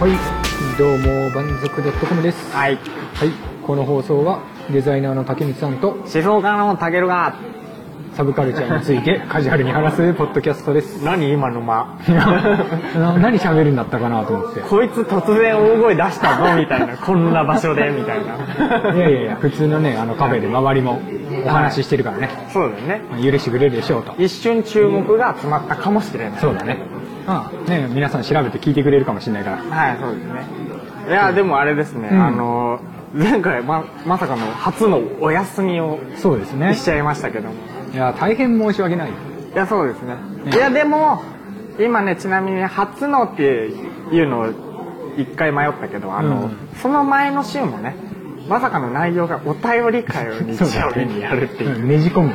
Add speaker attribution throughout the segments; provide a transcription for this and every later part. Speaker 1: はいどうも万族ドットコムですはい、
Speaker 2: はい。
Speaker 1: この放送はデザイナーの竹光さんと
Speaker 2: 静岡のタケルが、
Speaker 1: サブカルチャーについ てカジュアルに話すポッドキャストです
Speaker 2: 何今の間。
Speaker 1: いやな何喋るんだったかなと思って
Speaker 2: こいつ突然大声出した ぞ、みたいな。こんな場所で、みたい
Speaker 1: いや
Speaker 2: な。
Speaker 1: いやいや普通のねあのカフェで周りもお話ししてるからね、
Speaker 2: そうだよね。
Speaker 1: まあ許してくれるでしょうと
Speaker 2: 一瞬注目が集まったかもしれない。
Speaker 1: そうだねまあね皆さん調べて聞いてくれるかもしれないから
Speaker 2: はい、そうですね。いや、でもあれですね、
Speaker 1: うん
Speaker 2: あの、前回ま、まさかの初のお休みを
Speaker 1: そうですね
Speaker 2: しちゃいましたけども。
Speaker 1: いや大変申し訳ない
Speaker 2: いや、そうですね。
Speaker 1: ね
Speaker 2: いや、でも、今ね、ちなみに初のっていうのを一回迷ったけど、あの、
Speaker 1: うん
Speaker 2: その前の週もね、まさかの内容がお便り会を日曜日にやるっ ていう。
Speaker 1: うんねじ込む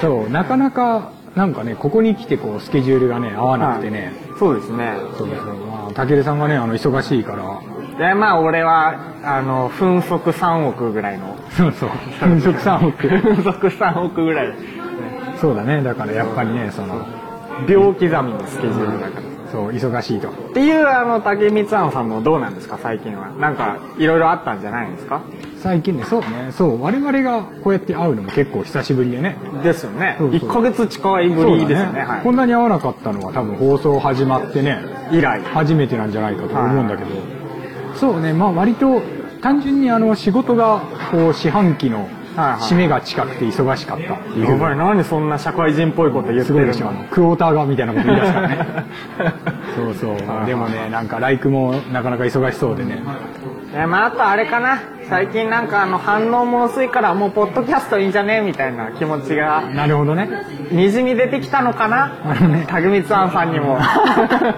Speaker 1: そうなかなかなんかねここに来てこうスケジュールがね合わなくてね、
Speaker 2: そうですね。
Speaker 1: そうそうまあたけるさんがねあの忙しいから
Speaker 2: で、まあ、俺は、あの、分速3億ぐらいの。
Speaker 1: そうそう分速3億
Speaker 2: 分速3億ぐらい。
Speaker 1: そうだねだからやっぱりねその
Speaker 2: 秒刻みのスケジュールだから。
Speaker 1: そう忙しいと
Speaker 2: っていう、あの、竹光庵さんもどうなんですか、最近は。なんか、いろいろあったんじゃないですか
Speaker 1: 最近ねそうねそう我々がこうやって会うのも結構久しぶりでね
Speaker 2: ですよね。
Speaker 1: そうそう
Speaker 2: 1ヶ月近いぶりですよね。はい
Speaker 1: こんなに会わなかったのは多分放送始まってね
Speaker 2: 以来
Speaker 1: 初めてなんじゃないかと思うんだけど、そうねまあ割と単純にあの仕事がこう四半期の
Speaker 2: はい
Speaker 1: 締めが近くて忙しかったっていう、
Speaker 2: やばい何そんな社会人っぽいこと言って
Speaker 1: すごい
Speaker 2: る
Speaker 1: で
Speaker 2: の
Speaker 1: しょあのクォーターがみたいなこと言い出すからねそうそう
Speaker 2: はい
Speaker 1: でもねなんかライクもなかなか忙しそうでね
Speaker 2: えまああとあれかな最近なんかあの反応も薄いからもうポッドキャストいいんじゃねみたいな気持ちが
Speaker 1: なるほどね
Speaker 2: にじみ出てきたのか
Speaker 1: なるほど
Speaker 2: な
Speaker 1: ね
Speaker 2: タグミツアンさ んにも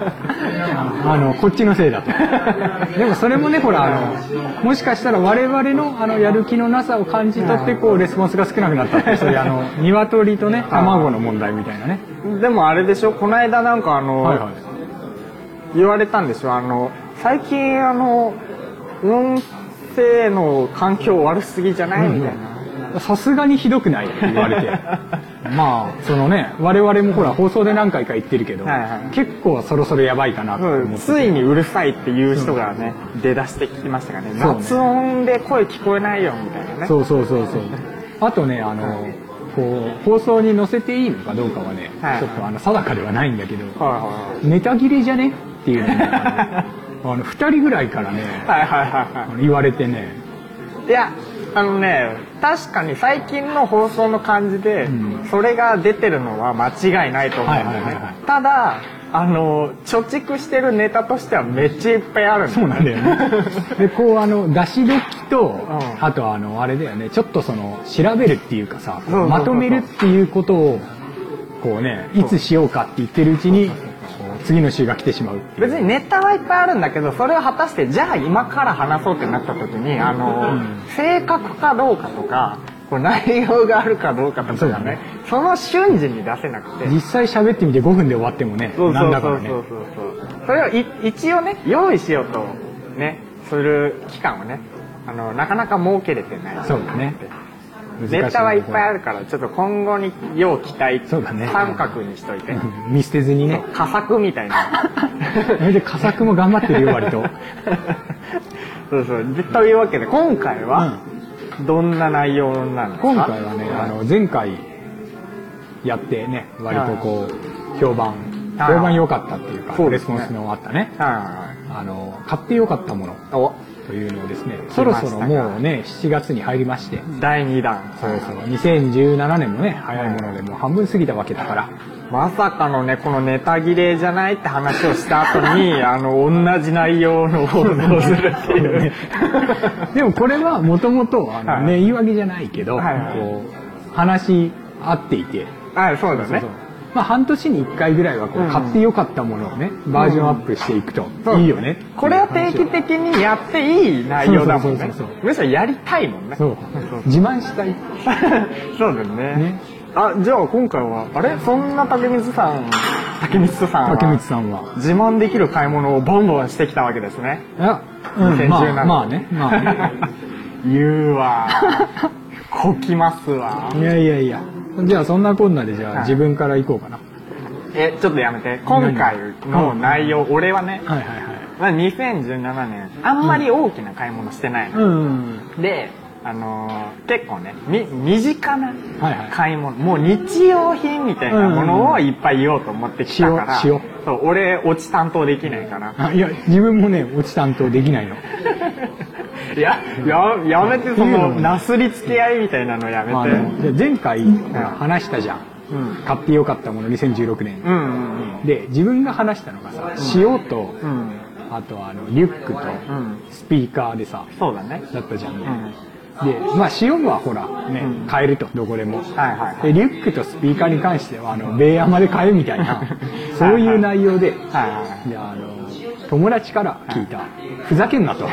Speaker 1: あのこっちのせいだとでもそれもねほらあのもしかしたら我々のあのやる気のなさを感じ取ってこうレスポンスが少なくなったってそういうあの鶏とね卵の問題みたいなね
Speaker 2: でもあれでしょこの間なんかあの、
Speaker 1: はいはい
Speaker 2: 言われたんでしょあの最近あの音声の環境悪すぎじゃないみたいな、
Speaker 1: さすがにひどくないって言われてまあそのね我々もほら放送で何回か言ってるけど、
Speaker 2: はいはい
Speaker 1: 結構そろそろやばいかなと
Speaker 2: う
Speaker 1: 思
Speaker 2: ん
Speaker 1: って
Speaker 2: ついにうるさいっていう人がね、出だしてきましたからね
Speaker 1: そうね
Speaker 2: 雑音で声聞こえないよみたいなね
Speaker 1: そうそうそうそうあとねあの、こう放送に載せていいのかどうかはね、
Speaker 2: はい
Speaker 1: ちょっとあの定かではないんだけど、
Speaker 2: は
Speaker 1: ネタ切れじゃねっていうのをね あのあの2人ぐらいからね
Speaker 2: いはいはいはいはい
Speaker 1: あ
Speaker 2: は
Speaker 1: の言われてね
Speaker 2: いいやあのね確かに最近の放送の感じで、
Speaker 1: うん
Speaker 2: それが出てるのは間違いないと思うんです
Speaker 1: はいは
Speaker 2: ね、
Speaker 1: いはいはい
Speaker 2: ただあの貯蓄してるネタとしてはめっちゃいっぱいあるんだ
Speaker 1: そうなんだよねでこうあの出し時と、
Speaker 2: ん
Speaker 1: あとあのあれだよねちょっとその調べるっていうかさ
Speaker 2: そうそうそう
Speaker 1: まとめるっていうことをこうねいつしようかって言ってるうちにこう次の週が来てしまうっていう
Speaker 2: 別にネタはいっぱいあるんだけどそれを果たしてじゃあ今から話そうってなった時にあの、
Speaker 1: うん
Speaker 2: 正確かどうかとかこう内容があるかどうかとか
Speaker 1: そう
Speaker 2: が
Speaker 1: だ
Speaker 2: ね
Speaker 1: ね
Speaker 2: その瞬時に出せなくて
Speaker 1: 実際喋ってみて5分で終わってもね
Speaker 2: そう
Speaker 1: な
Speaker 2: そ
Speaker 1: ん
Speaker 2: う
Speaker 1: だか
Speaker 2: そう
Speaker 1: らね
Speaker 2: そうそうそうそれをい一応ね用意しようとねする期間をねあのなかなか設けれてない
Speaker 1: そうだね難しい
Speaker 2: ネタはいっぱいあ
Speaker 1: る
Speaker 2: るからちょっと今後に要期待
Speaker 1: そうだね
Speaker 2: 三角にしといて、
Speaker 1: 見捨てずにね
Speaker 2: 佳作みた いな
Speaker 1: それで佳作も頑張ってるよ割と
Speaker 2: そうそうでというわけで今回はどんな内容なんですか
Speaker 1: 今回はねあの前回やってね割とこう評判評
Speaker 2: はい
Speaker 1: 判良かったっていうか
Speaker 2: そう
Speaker 1: レ
Speaker 2: で
Speaker 1: ス
Speaker 2: す
Speaker 1: ポ
Speaker 2: ね
Speaker 1: ンスのあったね
Speaker 2: は
Speaker 1: あの買って良かったもの
Speaker 2: いお
Speaker 1: というのをですね
Speaker 2: た
Speaker 1: そろそろ
Speaker 2: か
Speaker 1: もうね7月に入りまして
Speaker 2: 第2弾
Speaker 1: そうそう2017年もね早いものでもう半分過ぎたわけだから
Speaker 2: まさかのねこのネタ切れじゃないって話をした後 にあの同じ内容の放送をするっていうね
Speaker 1: でもこれはもともとあの
Speaker 2: はい
Speaker 1: ね言い訳じゃないけど
Speaker 2: はいはい
Speaker 1: こう話し合っていて
Speaker 2: はいそうだ
Speaker 1: そう
Speaker 2: ね
Speaker 1: そうまあ、半年に1回ぐらいはこ
Speaker 2: う
Speaker 1: うん買ってよかったものをねバージョンアップしていくと
Speaker 2: そう
Speaker 1: いいよね
Speaker 2: これは定期的にやっていい内容だもんね
Speaker 1: そうそうそう
Speaker 2: むしろやりたいもんね
Speaker 1: そう自慢したい
Speaker 2: そうだよね
Speaker 1: ね
Speaker 2: あじゃあ今回はあれそんな竹光さん竹光さんは
Speaker 1: 竹光さんは
Speaker 2: 自慢できる買い物をボンボンしてきたわけですね
Speaker 1: あ、うん、
Speaker 2: 2017
Speaker 1: まあまあねまあね
Speaker 2: 言うわこきますわ
Speaker 1: いやいやいやじゃあそんなこんなでじゃあ、
Speaker 2: はい
Speaker 1: 自分から行こうかな
Speaker 2: えちょっとやめて今回の内容俺はね
Speaker 1: はいはいはい
Speaker 2: まあ2017年あんまり大きな買い物してないの、
Speaker 1: うん。
Speaker 2: で、あのー結構ねみ身近な
Speaker 1: はいはい
Speaker 2: 買い物、もう日用品みたいなものをいっぱい言おうと思ってきたから、
Speaker 1: うんうんうん塩
Speaker 2: そう俺オチ担当できないから、
Speaker 1: あいや自分もね落ち担当できないの
Speaker 2: いやややめてそ
Speaker 1: いいの
Speaker 2: のなすりつけ合いみたいなのやめ
Speaker 1: あ
Speaker 2: て、
Speaker 1: ので前回ほら話したじゃん、
Speaker 2: うん
Speaker 1: 買ってよかったもの2016年
Speaker 2: う、んうん
Speaker 1: で自分が話したのがさ塩と、
Speaker 2: うんうん
Speaker 1: あとあのリュックと
Speaker 2: うん
Speaker 1: スピーカーでさ
Speaker 2: そうだね
Speaker 1: だったじゃん
Speaker 2: う
Speaker 1: ね、
Speaker 2: んはい
Speaker 1: でまあ塩はほらね、
Speaker 2: うん
Speaker 1: 買えるとどこでも
Speaker 2: はいはい
Speaker 1: でリュックとスピーカーに関してはあの米山で買えみたい なそういう内容で
Speaker 2: はいはい
Speaker 1: であの友達から聞いたふざけんなと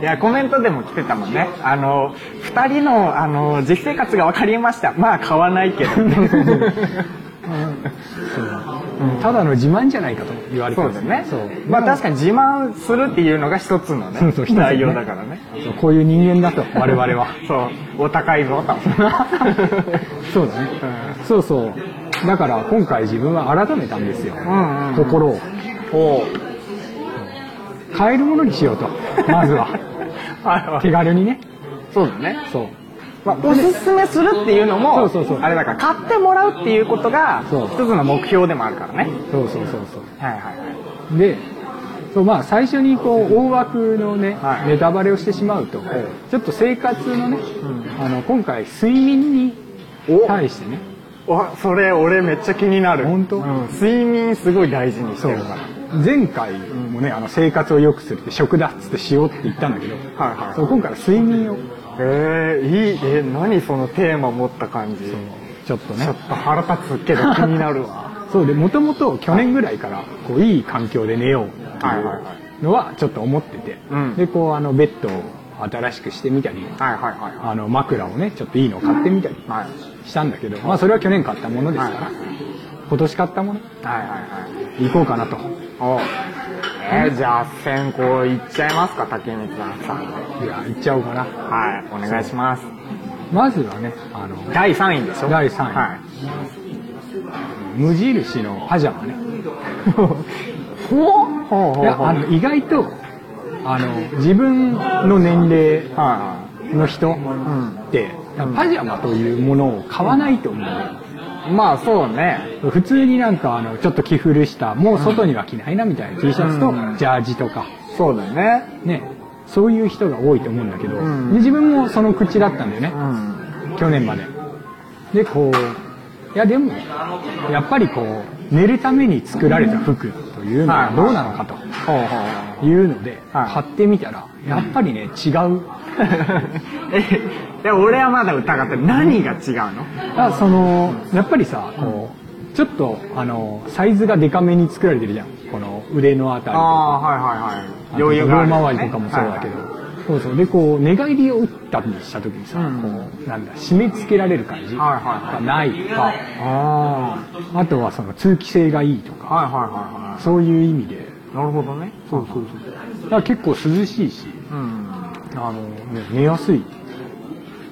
Speaker 2: いやコメントでも来てたもんねあの2人のあの実生活が分かりましたまあ買わないけど
Speaker 1: ただの自慢じゃないかと言われて
Speaker 2: そう
Speaker 1: る
Speaker 2: ですね
Speaker 1: そう
Speaker 2: まあ確かに自慢するっていうのが一つのね
Speaker 1: そうそう一つね
Speaker 2: 内容だからね
Speaker 1: そうこういう人間だと我々は
Speaker 2: そうお高いぞと
Speaker 1: そうだね、そうそうだから今回自分は改めたんですよ、
Speaker 2: んうんうん
Speaker 1: 心を
Speaker 2: お
Speaker 1: 買えるものにしようとまずは
Speaker 2: あ
Speaker 1: 手軽にね
Speaker 2: そうだね、
Speaker 1: そう
Speaker 2: まあ、おすすめするっていうのも
Speaker 1: そうそうそう
Speaker 2: あれだから買ってもらうっていうことが
Speaker 1: そう
Speaker 2: 一つの目標でもあるからね
Speaker 1: そうそうそう
Speaker 2: はいはいはい
Speaker 1: そうでそうまあ最初にこう大枠のね、
Speaker 2: はい
Speaker 1: ネタバレをしてしまうと、
Speaker 2: はい
Speaker 1: ちょっと生活のね、
Speaker 2: ん
Speaker 1: あの今回睡眠に対してね
Speaker 2: おそれ俺めっちゃ気になる
Speaker 1: 本当
Speaker 2: うん、睡眠すごい大事にして
Speaker 1: そう
Speaker 2: るから
Speaker 1: 前回もねあの生活を良くするって食だっつってしようって言ったんだけど、
Speaker 2: はいはい
Speaker 1: そう今回は睡眠を
Speaker 2: えー、いいえ何そのテーマ持った感じ
Speaker 1: ちょっとね
Speaker 2: ちょっと腹立つけど気になるわ
Speaker 1: そうでもともと去年ぐらいからこういい環境で寝ようって
Speaker 2: はいはいはい
Speaker 1: いうのはちょっと思ってて、
Speaker 2: うん
Speaker 1: でこうあのベッドを新しくしてみたり
Speaker 2: はいはいはいは
Speaker 1: あの枕をねちょっといいのを買ってみたり
Speaker 2: いはい
Speaker 1: したんだけど、まあ、それは去年買ったものですから、
Speaker 2: はい
Speaker 1: 今年買ったもの
Speaker 2: はいはいはい
Speaker 1: 行こうかなと
Speaker 2: おうえー、じゃあ先行いっちゃいますか竹光さん
Speaker 1: いや行っちゃおうかな
Speaker 2: はいお願いします
Speaker 1: まずはねあの
Speaker 2: 第3位でしょ
Speaker 1: 第三位
Speaker 2: はい
Speaker 1: 無印のパジャマね
Speaker 2: ほうほうほ
Speaker 1: いうや
Speaker 2: ほう
Speaker 1: あの意外とあの自分の年齢
Speaker 2: は
Speaker 1: の人っ
Speaker 2: いは
Speaker 1: てパジャマというものを買わないと思うのよ
Speaker 2: いうんまあそうね
Speaker 1: 普通になんかあのちょっと着古したもう外には着ないなみたいな T シャツと
Speaker 2: うん
Speaker 1: ジャージとか
Speaker 2: そうだよね
Speaker 1: ねそういう人が多いと思うんだけど、
Speaker 2: うん
Speaker 1: で自分もその口だったんだよね
Speaker 2: う、ん
Speaker 1: 去年まででこういやでもやっぱりこう寝るために作られた服というのはどうなのかと
Speaker 2: ほうほうほう
Speaker 1: いうので
Speaker 2: はい
Speaker 1: 買ってみたらやっぱりね違 う
Speaker 2: え、で俺はまだ疑ってる。何が違うの？
Speaker 1: あそのやっぱりさこうちょっとあのサイズがデカめに作られてるじゃんこの腕のあたりとか
Speaker 2: あー、はいはい
Speaker 1: あ
Speaker 2: はい。
Speaker 1: と
Speaker 2: 余裕がある、
Speaker 1: 胴回りとかもそうだけど、
Speaker 2: はいはい
Speaker 1: そうそうでこう寝返りを打ったりした時にさ、
Speaker 2: うん
Speaker 1: こうなんだ締め付けられる感じ
Speaker 2: はいはいは
Speaker 1: がないとか、
Speaker 2: あ
Speaker 1: あとはその通気性がいいと
Speaker 2: あ、
Speaker 1: か
Speaker 2: はいはいはいは
Speaker 1: そういう意味で
Speaker 2: い。なるほどね。そうそうそう。
Speaker 1: だから結構涼しいし
Speaker 2: うん。
Speaker 1: あの、ね、寝やすい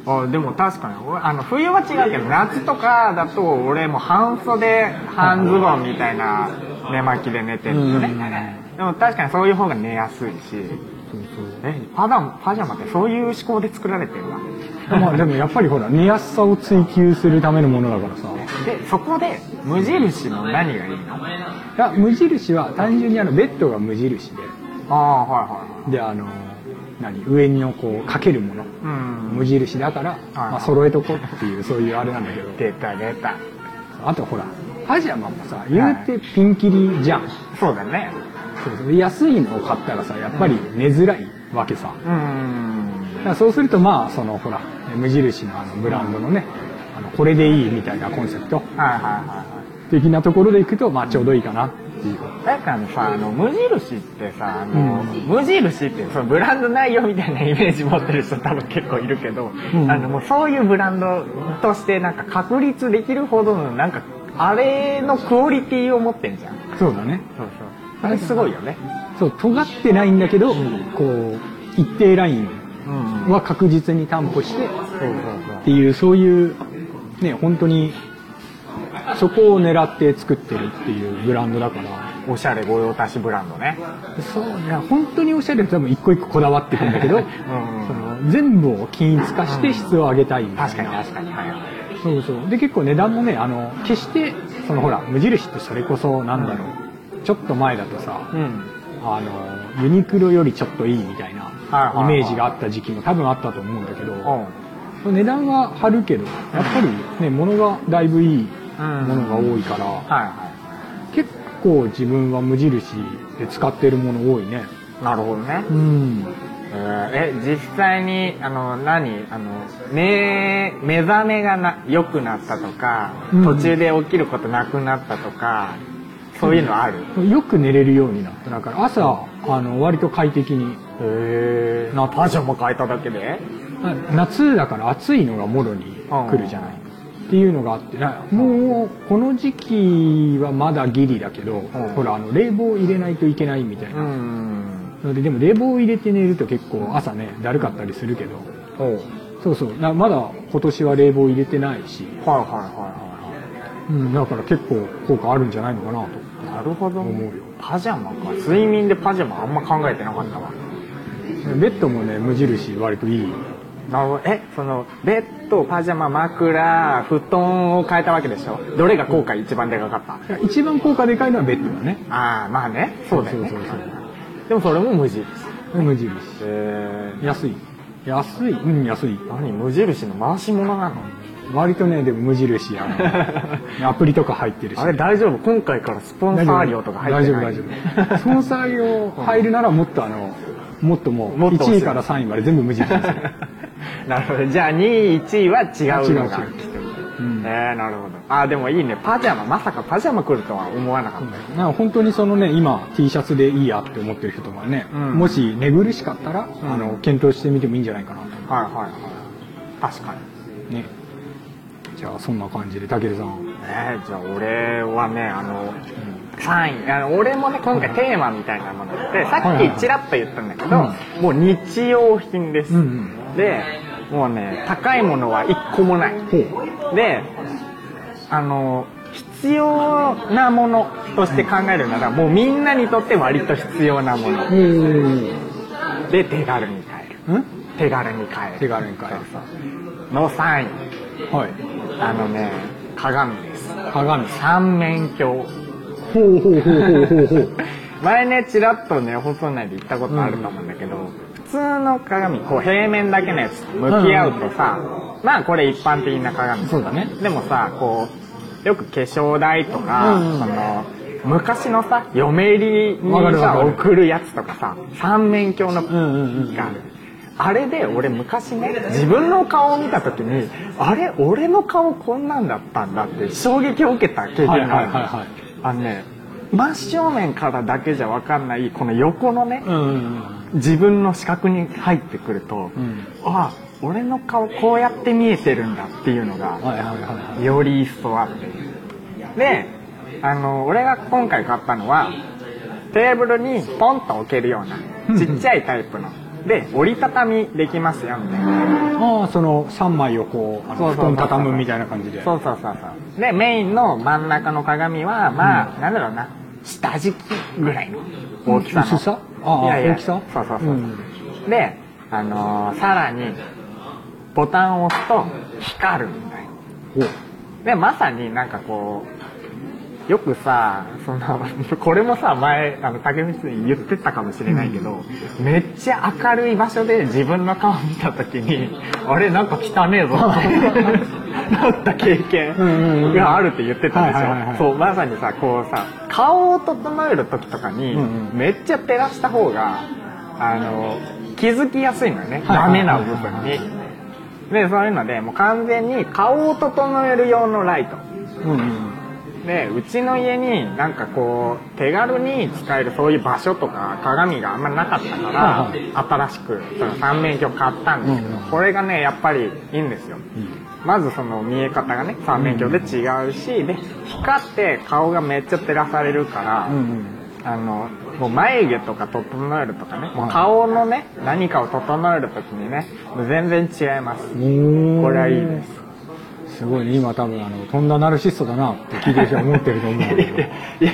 Speaker 2: あでも確かに俺あの冬は違うけど夏とかだと俺も半袖半ズボンみたいな寝巻きで寝てるんだよねでも確かにそういう方が寝やすいし
Speaker 1: そうそう
Speaker 2: えパダパジャマってそういう思考で作られてるわ
Speaker 1: まあでもやっぱりほら寝やすさを追求するためのものだからさ
Speaker 2: でそこで無印の何がいいの
Speaker 1: いや無印は単純にあのベッドが無印で
Speaker 2: ああはいはいはい
Speaker 1: であの何上にのこうかけるもの
Speaker 2: うん
Speaker 1: 無印だから、まあ、揃えとこうっていうそういうあれなんだけど
Speaker 2: 出た出た
Speaker 1: あとほらパジャマもさ言うてピンキリじゃん、
Speaker 2: そうだね
Speaker 1: そうそう安いのを買ったらさやっぱり寝づらいわけさ、
Speaker 2: うん
Speaker 1: だからそうするとまあそのほら無印のあのブランドのねあのこれでいいみたいなコンセプト
Speaker 2: はいはいは
Speaker 1: 的なところでいくとまあちょうどいいかなっていう
Speaker 2: いはいだからさあの無印ってさあの、
Speaker 1: うん
Speaker 2: 無印ってそのブランドないよみたいなイメージ持ってる人多分結構いるけど、
Speaker 1: ん
Speaker 2: あのもうそういうブランドとしてなんか確立できるほどのなんかあれのクオリティを持ってんじゃん
Speaker 1: そうだね
Speaker 2: そうそうあれすごいよね
Speaker 1: そう尖ってないんだけど、こう一定ライン
Speaker 2: うんそう
Speaker 1: は確実に担保してっ
Speaker 2: そう
Speaker 1: ていうそういうね本当にそこを狙って作ってるっていうブランドだから
Speaker 2: おしゃれ御用達ブランドね
Speaker 1: そういや本当におしゃれで多分一個一個こだわっていくんだけど、その全部を均一化して質を上げたいみたいな、
Speaker 2: 確かに確かにはい
Speaker 1: そうそうで結構値段もねあの決してそのほら無印ってそれこそなんだろう、ちょっと前だとさ
Speaker 2: うん
Speaker 1: あのユニクロよりちょっといいみたいな
Speaker 2: はいはい
Speaker 1: イ
Speaker 2: はい
Speaker 1: メージがあった時期も多分あったと思うんだけど、
Speaker 2: うん
Speaker 1: 値段は張るけどやっぱりね物がだいぶいいものが多いから、
Speaker 2: はいは
Speaker 1: 結構自分は無印で使ってるもの多いね
Speaker 2: いなるほどね
Speaker 1: うん
Speaker 2: えーえ実際にあの何あの目目覚めがな良くなったとか、
Speaker 1: うん
Speaker 2: 途中で起きることなくなったとかそういうのある、
Speaker 1: よく寝れるようになっただから朝あの割と快適に
Speaker 2: へえ
Speaker 1: な
Speaker 2: パジャマ変えただけで
Speaker 1: あ夏だから暑いのがもろに来るじゃない、っていうのがあってなもうこの時期はまだギリだけど、
Speaker 2: ん
Speaker 1: ほらあの冷房入れないといけないみたいな、
Speaker 2: ん
Speaker 1: のででも冷房入れて寝ると結構朝ねだるかったりするけど
Speaker 2: おう
Speaker 1: そうそうなまだ今年は冷房入れてないし、
Speaker 2: はいはいはい
Speaker 1: うん、だから結構効果あるんじゃないのかなと
Speaker 2: はいなるほどね
Speaker 1: 思うよ
Speaker 2: パジャマか睡眠でパジャマあんま考えてなかったわ
Speaker 1: ベッドもね無印割といい
Speaker 2: なるほどえそのベッドパジャマ枕布団を変えたわけでしょどれが効果一番でかかった
Speaker 1: 一番効果でかいのはベッドだね
Speaker 2: ああまあねそうだよね
Speaker 1: そうそうそう
Speaker 2: でもそれも無印
Speaker 1: 無印
Speaker 2: え
Speaker 1: 安い安いうん安い
Speaker 2: 何無印の回し物なの
Speaker 1: 割とねでも無印あ のアプリとか入ってるし
Speaker 2: あれ大丈夫今回からスポンサー料とか入ってない
Speaker 1: 大丈夫大丈 夫その作業入るならもっとあのもっともう
Speaker 2: もっと
Speaker 1: 1位から3位まで全部無印ですよ
Speaker 2: なるほどじゃあ2位1位は違うのが
Speaker 1: 違う違う
Speaker 2: 来てる
Speaker 1: うん
Speaker 2: えー、なるほどあーでもいいねパジャマまさかパジャマ来るとは思わなかった、
Speaker 1: なんか本当にそのね今 T シャツでいいやって思ってる人とかね、
Speaker 2: うん
Speaker 1: もし寝苦しかったら、あの検討してみてもいいんじゃないかなと
Speaker 2: はいはいはい確かに
Speaker 1: ねじゃあそんな感じでたけるさん
Speaker 2: ねえじゃあ俺はねあの、3位あの俺もね今回テーマみたいなものでさ
Speaker 1: はいはい
Speaker 2: っきちらっと言ったんだけど、もう日用品です、
Speaker 1: うん
Speaker 2: でもうね高いものは1個もないであの必要なものとして考えるならもうみんなにとって割と必要なも
Speaker 1: う
Speaker 2: の
Speaker 1: ん
Speaker 2: で手軽に買える手軽に買え
Speaker 1: 手
Speaker 2: る
Speaker 1: 軽に買える
Speaker 2: の3位
Speaker 1: はい
Speaker 2: あのね鏡です
Speaker 1: 鏡
Speaker 2: 三面鏡
Speaker 1: ほうほうほうほうほうほう
Speaker 2: 前ねちらっとね放送内で言ったことあると思うんだけど、普通の鏡こう平面だけのやつと向き合うとさ、まあこれ一般的な鏡
Speaker 1: そうだね
Speaker 2: でもさこうよく化粧台とか、
Speaker 1: うん
Speaker 2: その昔のさ嫁入り
Speaker 1: わか
Speaker 2: に
Speaker 1: るわ
Speaker 2: さ
Speaker 1: かる
Speaker 2: 送るやつとかさ三面鏡 の
Speaker 1: うんうんうん
Speaker 2: があるあれで俺昔ね自分の顔を見た時にあれ俺の顔こんなんだったんだって衝撃を受けた経験がある、
Speaker 1: はいはいはいはい
Speaker 2: あのね真正面からだけじゃ分かんないこの横のね、
Speaker 1: うんうん
Speaker 2: 自分の視覚に入ってくると、
Speaker 1: うん
Speaker 2: あ俺の顔こうやって見えてるんだっていうの
Speaker 1: うん
Speaker 2: が
Speaker 1: はいはいはいはい
Speaker 2: より一層あってであの俺が今回買ったのはテーブルにポンと置けるようなちっちゃいタイプので折りたたみできますよみたいな
Speaker 1: ああその3枚をこうあ
Speaker 2: そう
Speaker 1: の
Speaker 2: そ
Speaker 1: 布
Speaker 2: うそうそう
Speaker 1: 団畳むみたいな感じで
Speaker 2: そうそうそうそうでメインの真ん中の鏡はまあ、なんだろうな下敷きぐらいの大きさの
Speaker 1: 薄さああ
Speaker 2: いやいや
Speaker 1: 大きさ
Speaker 2: そうそうそう、
Speaker 1: うん
Speaker 2: であのーさらにボタンを押すと光るんだよ
Speaker 1: ほう
Speaker 2: でまさになんかこうよくさその これもさ前あの竹内に言ってたかもしれないけど、めっちゃ明るい場所で自分の顔見た時にあれなんか汚ねえぞ ってなった経
Speaker 1: うんうんうん
Speaker 2: 験があるって言ってた
Speaker 1: はいはいはいは
Speaker 2: で
Speaker 1: い
Speaker 2: しょそうまさにさこうさ顔を整える時とかに、
Speaker 1: うんうん
Speaker 2: めっちゃ照らした方があの気づきやすいのよね、
Speaker 1: はいはいはい
Speaker 2: ダメな部分に。でそういうのでもう完全に顔を整える用のライト
Speaker 1: うんうん
Speaker 2: でうちの家になんかこう手軽に使えるそういう場所とか鏡があんまなかったから、
Speaker 1: はい
Speaker 2: 新しくその三面鏡買ったんですけど、
Speaker 1: うん
Speaker 2: これがねやっぱりいいんですよまずその見え方がね三面鏡で違うし、で光って顔がめっちゃ照らされるから、
Speaker 1: うんうん
Speaker 2: あのもう眉毛とか整えるとかね、もう
Speaker 1: はい
Speaker 2: 顔のね何かを整える時にねもう全然違います
Speaker 1: おー
Speaker 2: これはいいです
Speaker 1: すごいね、今多分あの、とんだナルシストだなって聞いてる人は思ってると思うんだけど。
Speaker 2: いやいや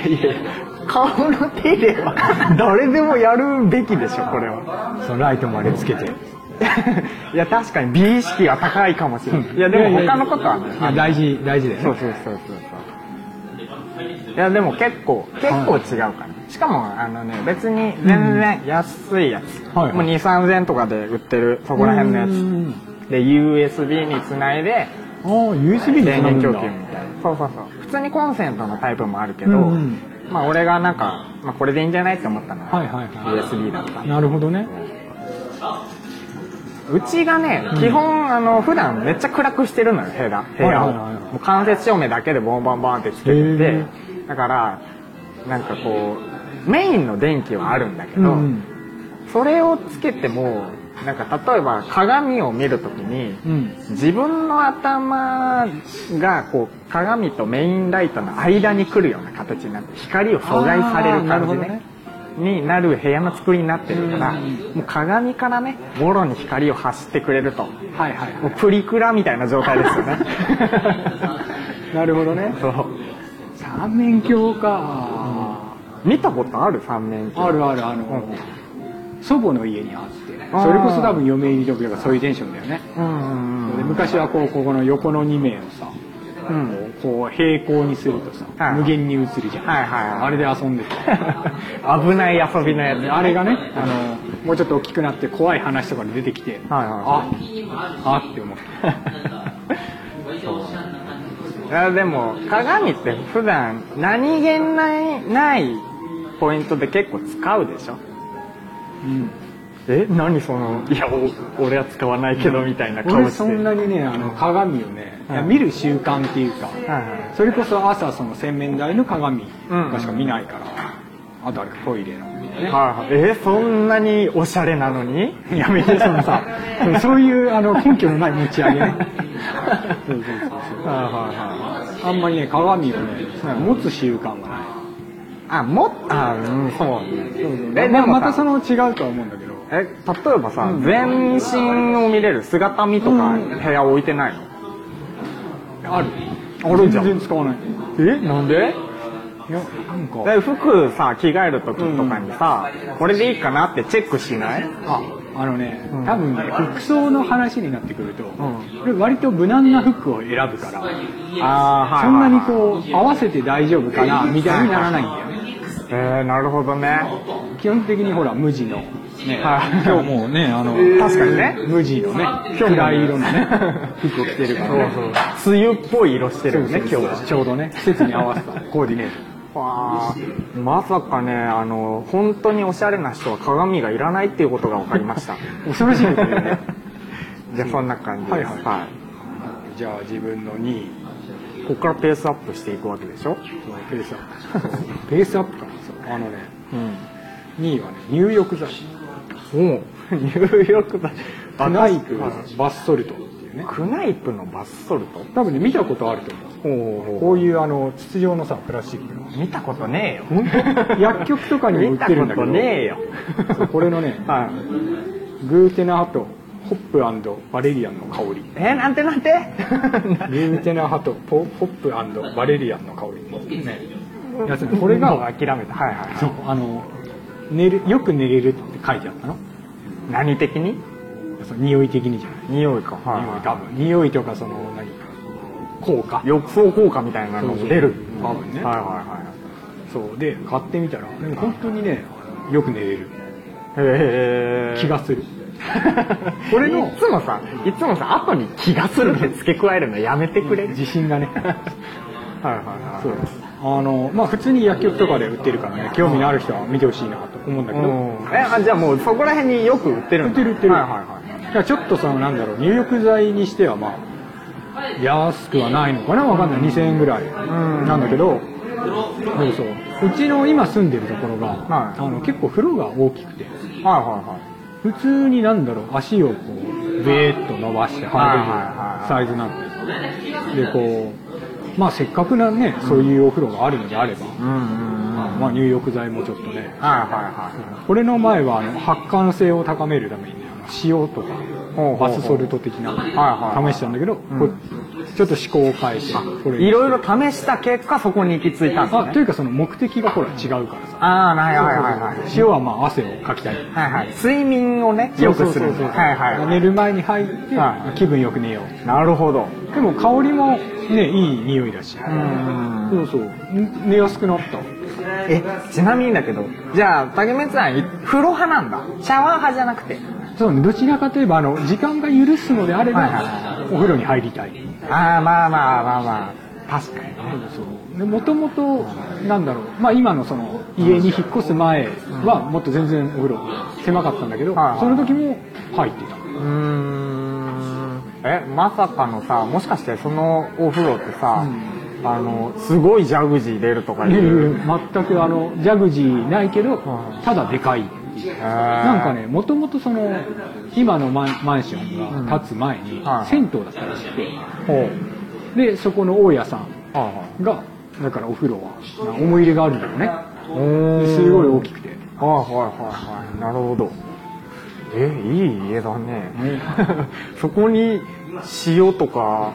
Speaker 2: 顔の手入れは誰でもやるべきでしょこれは
Speaker 1: そのライトまでつけて。
Speaker 2: いや確かに美意識は高いかもしれないいやでも他のことはね
Speaker 1: いや大事、大事だよね
Speaker 2: そうそうそうそうそういやでも結構結構違うから、しかもあのね別に全然安いやつ、
Speaker 1: はいはい
Speaker 2: もう23000とかで売ってるそこら辺のや
Speaker 1: う
Speaker 2: つ
Speaker 1: ん
Speaker 2: で USB につないで
Speaker 1: ああ、USB に
Speaker 2: 電
Speaker 1: つなぐんだ
Speaker 2: 源供給みたいなそうそうそう普通にコンセントのタイプもあるけど、
Speaker 1: うんうん
Speaker 2: まあ俺がなんか、まあ、これでいいんじゃないって思ったの
Speaker 1: はいはいはい
Speaker 2: USB だった
Speaker 1: なるほどね。
Speaker 2: うちがね、基本あの普段めっちゃ暗くしてるのよ部屋部屋を、
Speaker 1: はいはいはい
Speaker 2: もう間接照明だけでボンボンボンってつけ
Speaker 1: へ
Speaker 2: てて
Speaker 1: ー
Speaker 2: だからなんかこうメインの電気はあるんだけ
Speaker 1: う
Speaker 2: ど、
Speaker 1: ん。
Speaker 2: それをつけてもなんか例えば鏡を見るときに、
Speaker 1: うん。
Speaker 2: 自分の頭がこう鏡とメインライトの間に来るような形になって光を阻害される
Speaker 1: あーなる
Speaker 2: 感
Speaker 1: ほ
Speaker 2: じ
Speaker 1: ど
Speaker 2: ね
Speaker 1: ね
Speaker 2: になる部屋の作りになってるから
Speaker 1: うん
Speaker 2: もう鏡からねもろに光を発してくれるとも
Speaker 1: はいはいは
Speaker 2: うプリクラみたいな状態ですよね
Speaker 1: い。 なるほどね。
Speaker 2: そう
Speaker 1: 三面鏡か。
Speaker 2: 見たことある三面
Speaker 1: あ
Speaker 2: 鏡
Speaker 1: るあるあの、祖母の家にあって
Speaker 2: あー
Speaker 1: それこそ多分嫁入り時とかそういうテンションだよね
Speaker 2: うんうん
Speaker 1: で昔はこうここの横の2面をさ
Speaker 2: うんうん
Speaker 1: こう平行にするとさ、
Speaker 2: はい
Speaker 1: 無限に映るじゃん、
Speaker 2: はいはいはい
Speaker 1: あれで遊 んでた
Speaker 2: 危ない遊びのやつ
Speaker 1: あれがねあのもうちょっと大きくなって怖い話とかで出てきて、
Speaker 2: はいは
Speaker 1: ああって思 った
Speaker 2: いやでも鏡って普段何気ないないポイントで結構使うでしょ
Speaker 1: うん
Speaker 2: え何そのいやお俺は使わないけどみたいな顔
Speaker 1: 俺
Speaker 2: して
Speaker 1: そんなにねあの鏡をね、いや見る習慣っていうか、
Speaker 2: はいはい
Speaker 1: それこそ朝その洗面台の鏡がしか見ないから、あとあれトイレの
Speaker 2: はいはいえそんなにおしゃれなのに
Speaker 1: やめてそのさ そういうあの根拠のない持ち上げね そうそうそうそう
Speaker 2: はいはいはい
Speaker 1: あんまりね鏡をね
Speaker 2: うん
Speaker 1: 持つ習慣がない
Speaker 2: あもっあうんそうね
Speaker 1: え
Speaker 2: え
Speaker 1: で
Speaker 2: で
Speaker 1: も
Speaker 2: も
Speaker 1: ま
Speaker 2: ま
Speaker 1: た
Speaker 2: た
Speaker 1: そ
Speaker 2: その
Speaker 1: の違うとは思うんだけど
Speaker 2: え例えばさ、全身を見れる姿見とか
Speaker 1: うん
Speaker 2: 部屋置いてないの、
Speaker 1: ある
Speaker 2: あるじゃ
Speaker 1: 全
Speaker 2: ん
Speaker 1: 然使わない
Speaker 2: えなんで
Speaker 1: いやなんか
Speaker 2: で服さ着替える時とかにさ、これでいいかなってチェックしない
Speaker 1: ああのね、
Speaker 2: ん
Speaker 1: 多分ね服装の話になってくると、
Speaker 2: ん
Speaker 1: 俺割と無難な服を選ぶから、
Speaker 2: あー
Speaker 1: そんなに
Speaker 2: う
Speaker 1: こう合わせて大丈夫かなみたいにならないんだよね
Speaker 2: えー、なるほどね
Speaker 1: 基本的にほら無地の、ね、
Speaker 2: はい
Speaker 1: 今日もうねあの、
Speaker 2: 確かにね
Speaker 1: 無地のね
Speaker 2: 今日もね
Speaker 1: 暗い色の ね服を着てるからね
Speaker 2: そう梅雨っぽい色してるよね
Speaker 1: そう
Speaker 2: 今日
Speaker 1: そう
Speaker 2: は
Speaker 1: ちょうどね季節に合わせたコーディネート
Speaker 2: わあまさかねあの本当におしゃれな人は鏡がいらないっていうことが分かりました
Speaker 1: 恐ろしいことだよね
Speaker 2: じゃあそんな感じです
Speaker 1: はいはい
Speaker 2: は
Speaker 1: じゃあ自分の2位
Speaker 2: いここからペースアップしていくわけでしょ、
Speaker 1: ペースアップ ペースアップかなそうあのね
Speaker 2: うん、
Speaker 1: 2位はね入浴剤
Speaker 2: もう入浴剤
Speaker 1: クナイプ
Speaker 2: はい
Speaker 1: バスソルトっていうね
Speaker 2: クナイプのバスソルト
Speaker 1: 多分ね見たことあると思うこういうあの筒状のさプラスチックの
Speaker 2: 見たことねえよ
Speaker 1: 薬局とかにも売ってるんだけど
Speaker 2: 見たことねえよ
Speaker 1: そう これのね
Speaker 2: はい
Speaker 1: グーテナハトホップバレリアンの香り
Speaker 2: えー、なんてなんて
Speaker 1: グーテナハトポホップバレリアンの香り、ね、やつねこれ
Speaker 2: もう
Speaker 1: が
Speaker 2: 諦めたはいはい
Speaker 1: そうあの寝るよく寝れるって書いてあったの
Speaker 2: 何的に
Speaker 1: その匂い的にじゃない
Speaker 2: 匂いか、は
Speaker 1: 匂い多分匂いとかその何効果
Speaker 2: 浴槽効果みたいなのも出る
Speaker 1: そうそう多分ね
Speaker 2: はいはい
Speaker 1: そうで買ってみたらでも本当にねよく寝れる
Speaker 2: はいへえ
Speaker 1: 気がする
Speaker 2: こ
Speaker 1: こ
Speaker 2: れ
Speaker 1: れ
Speaker 2: の
Speaker 1: の
Speaker 2: いつもさいつもさ後に気がするって付け加えるのやめてくれる
Speaker 1: 自信がね
Speaker 2: はいはいは
Speaker 1: そうあのまあ普通に薬局とかで売ってるからね興味のある人は見てほしいなと思うんだけど、
Speaker 2: えあじゃあもうそこら辺によく売ってる
Speaker 1: 売っ
Speaker 2: んだ
Speaker 1: てる売ってる、
Speaker 2: はいはいはい
Speaker 1: だからちょっとそのなんだろう入浴剤にしてはまあ安くはないのかなわかんない2000円ぐらい
Speaker 2: ん
Speaker 1: なんだけどそうそううちの今住んでるところが、
Speaker 2: はい
Speaker 1: あの結構風呂が大きくて
Speaker 2: はいは
Speaker 1: 普通になんだろう足をこうベーッと伸ばして
Speaker 2: はいはい
Speaker 1: 入れるサイズなんででこうまあせっかくなねそういうお風呂があるのであれば、
Speaker 2: いうんうん
Speaker 1: まあ、入浴剤もちょっとね
Speaker 2: はいはいはい
Speaker 1: これの前はあの発汗性を高めるためにねあの塩とか
Speaker 2: ほうほうほ
Speaker 1: バ
Speaker 2: う
Speaker 1: スソルト的
Speaker 2: はいは
Speaker 1: ない試したんだけど、こうちょっと思考を変えてこれ
Speaker 2: いろいろ試した結果そこに行き着いたんです
Speaker 1: あ
Speaker 2: ね
Speaker 1: というかその目的がほら違うからさ
Speaker 2: ああはいはいはいはい
Speaker 1: 塩はまあ汗をかきたい
Speaker 2: はいはい睡眠をねよくす
Speaker 1: そ
Speaker 2: る
Speaker 1: うそうそうそう
Speaker 2: はいはい
Speaker 1: 寝る前に入って
Speaker 2: は
Speaker 1: 気分よく寝よ
Speaker 2: なるほど
Speaker 1: うでも香りもねいい匂いだし
Speaker 2: うん
Speaker 1: そうそうん寝やすくなった
Speaker 2: えちなみにだけどじゃあ竹光さんい風呂派なんだシャワー派じゃなくて
Speaker 1: そうねどちらかといえばあの時間が許すのであれ
Speaker 2: はいは
Speaker 1: ばお風呂に入りたい
Speaker 2: ああまあまあまあまあ確かにね
Speaker 1: そうでもともとなんだろうまあ今のその家に引っ越す前はもっと全然お風呂狭かったんだけど
Speaker 2: はいはい
Speaker 1: その時も入ってた
Speaker 2: うーんえまさかのさもしかしてそのお風呂ってさ、あのすごいジャグジー出るとかい
Speaker 1: で
Speaker 2: う、
Speaker 1: 全くあのジャグジーないけど
Speaker 2: はい
Speaker 1: ただでかいっていうなんかねもともとその今のマンマンションが建つ前に
Speaker 2: うんはい
Speaker 1: 銭湯だったらしくて
Speaker 2: ほう
Speaker 1: でそこの大家さん
Speaker 2: はいはい
Speaker 1: がだからお風呂はな思い入れがあるんだろうね
Speaker 2: おー
Speaker 1: すごい大きくて
Speaker 2: はいはいはいはいなるほどえいい家だね、
Speaker 1: ね
Speaker 2: そこに塩とか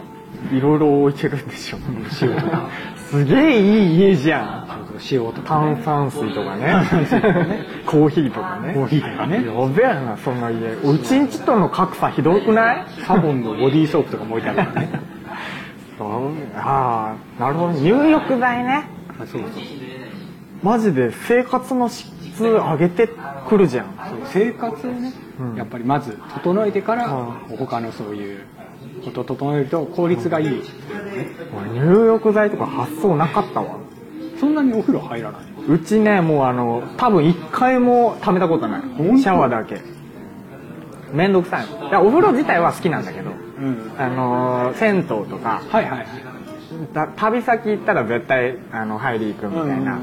Speaker 2: いろいろ置いてるんでしょ
Speaker 1: 塩とか
Speaker 2: すげえいい家じゃん
Speaker 1: 塩とか
Speaker 2: 炭酸水とかね
Speaker 1: 炭酸水とかね
Speaker 2: コーヒーとかね
Speaker 1: コーヒーとかね
Speaker 2: やべえなそんな家うちんちとの格差ひどくない
Speaker 1: サボンのボディーソープとかも置いてあるからね
Speaker 2: そうああなるほど入浴剤ね
Speaker 1: あそうそう
Speaker 2: マジで生活の質上げてくるじゃん
Speaker 1: そう生活をね、
Speaker 2: うん
Speaker 1: やっぱりまず整えてから、
Speaker 2: う
Speaker 1: 他のそういうことを整えると効率がいい、
Speaker 2: 俺入浴剤とか発想なかったわ
Speaker 1: そんなにお風呂入らないう
Speaker 2: ちねもうあの多分一回も溜めたことないシ
Speaker 1: 当
Speaker 2: ャワーだけめんどくさいのだからお風呂自体は好きなんだけど
Speaker 1: うん
Speaker 2: あのー銭湯とか
Speaker 1: はいはいはい
Speaker 2: た旅先行ったら絶対あの入り行くみたいな
Speaker 1: うん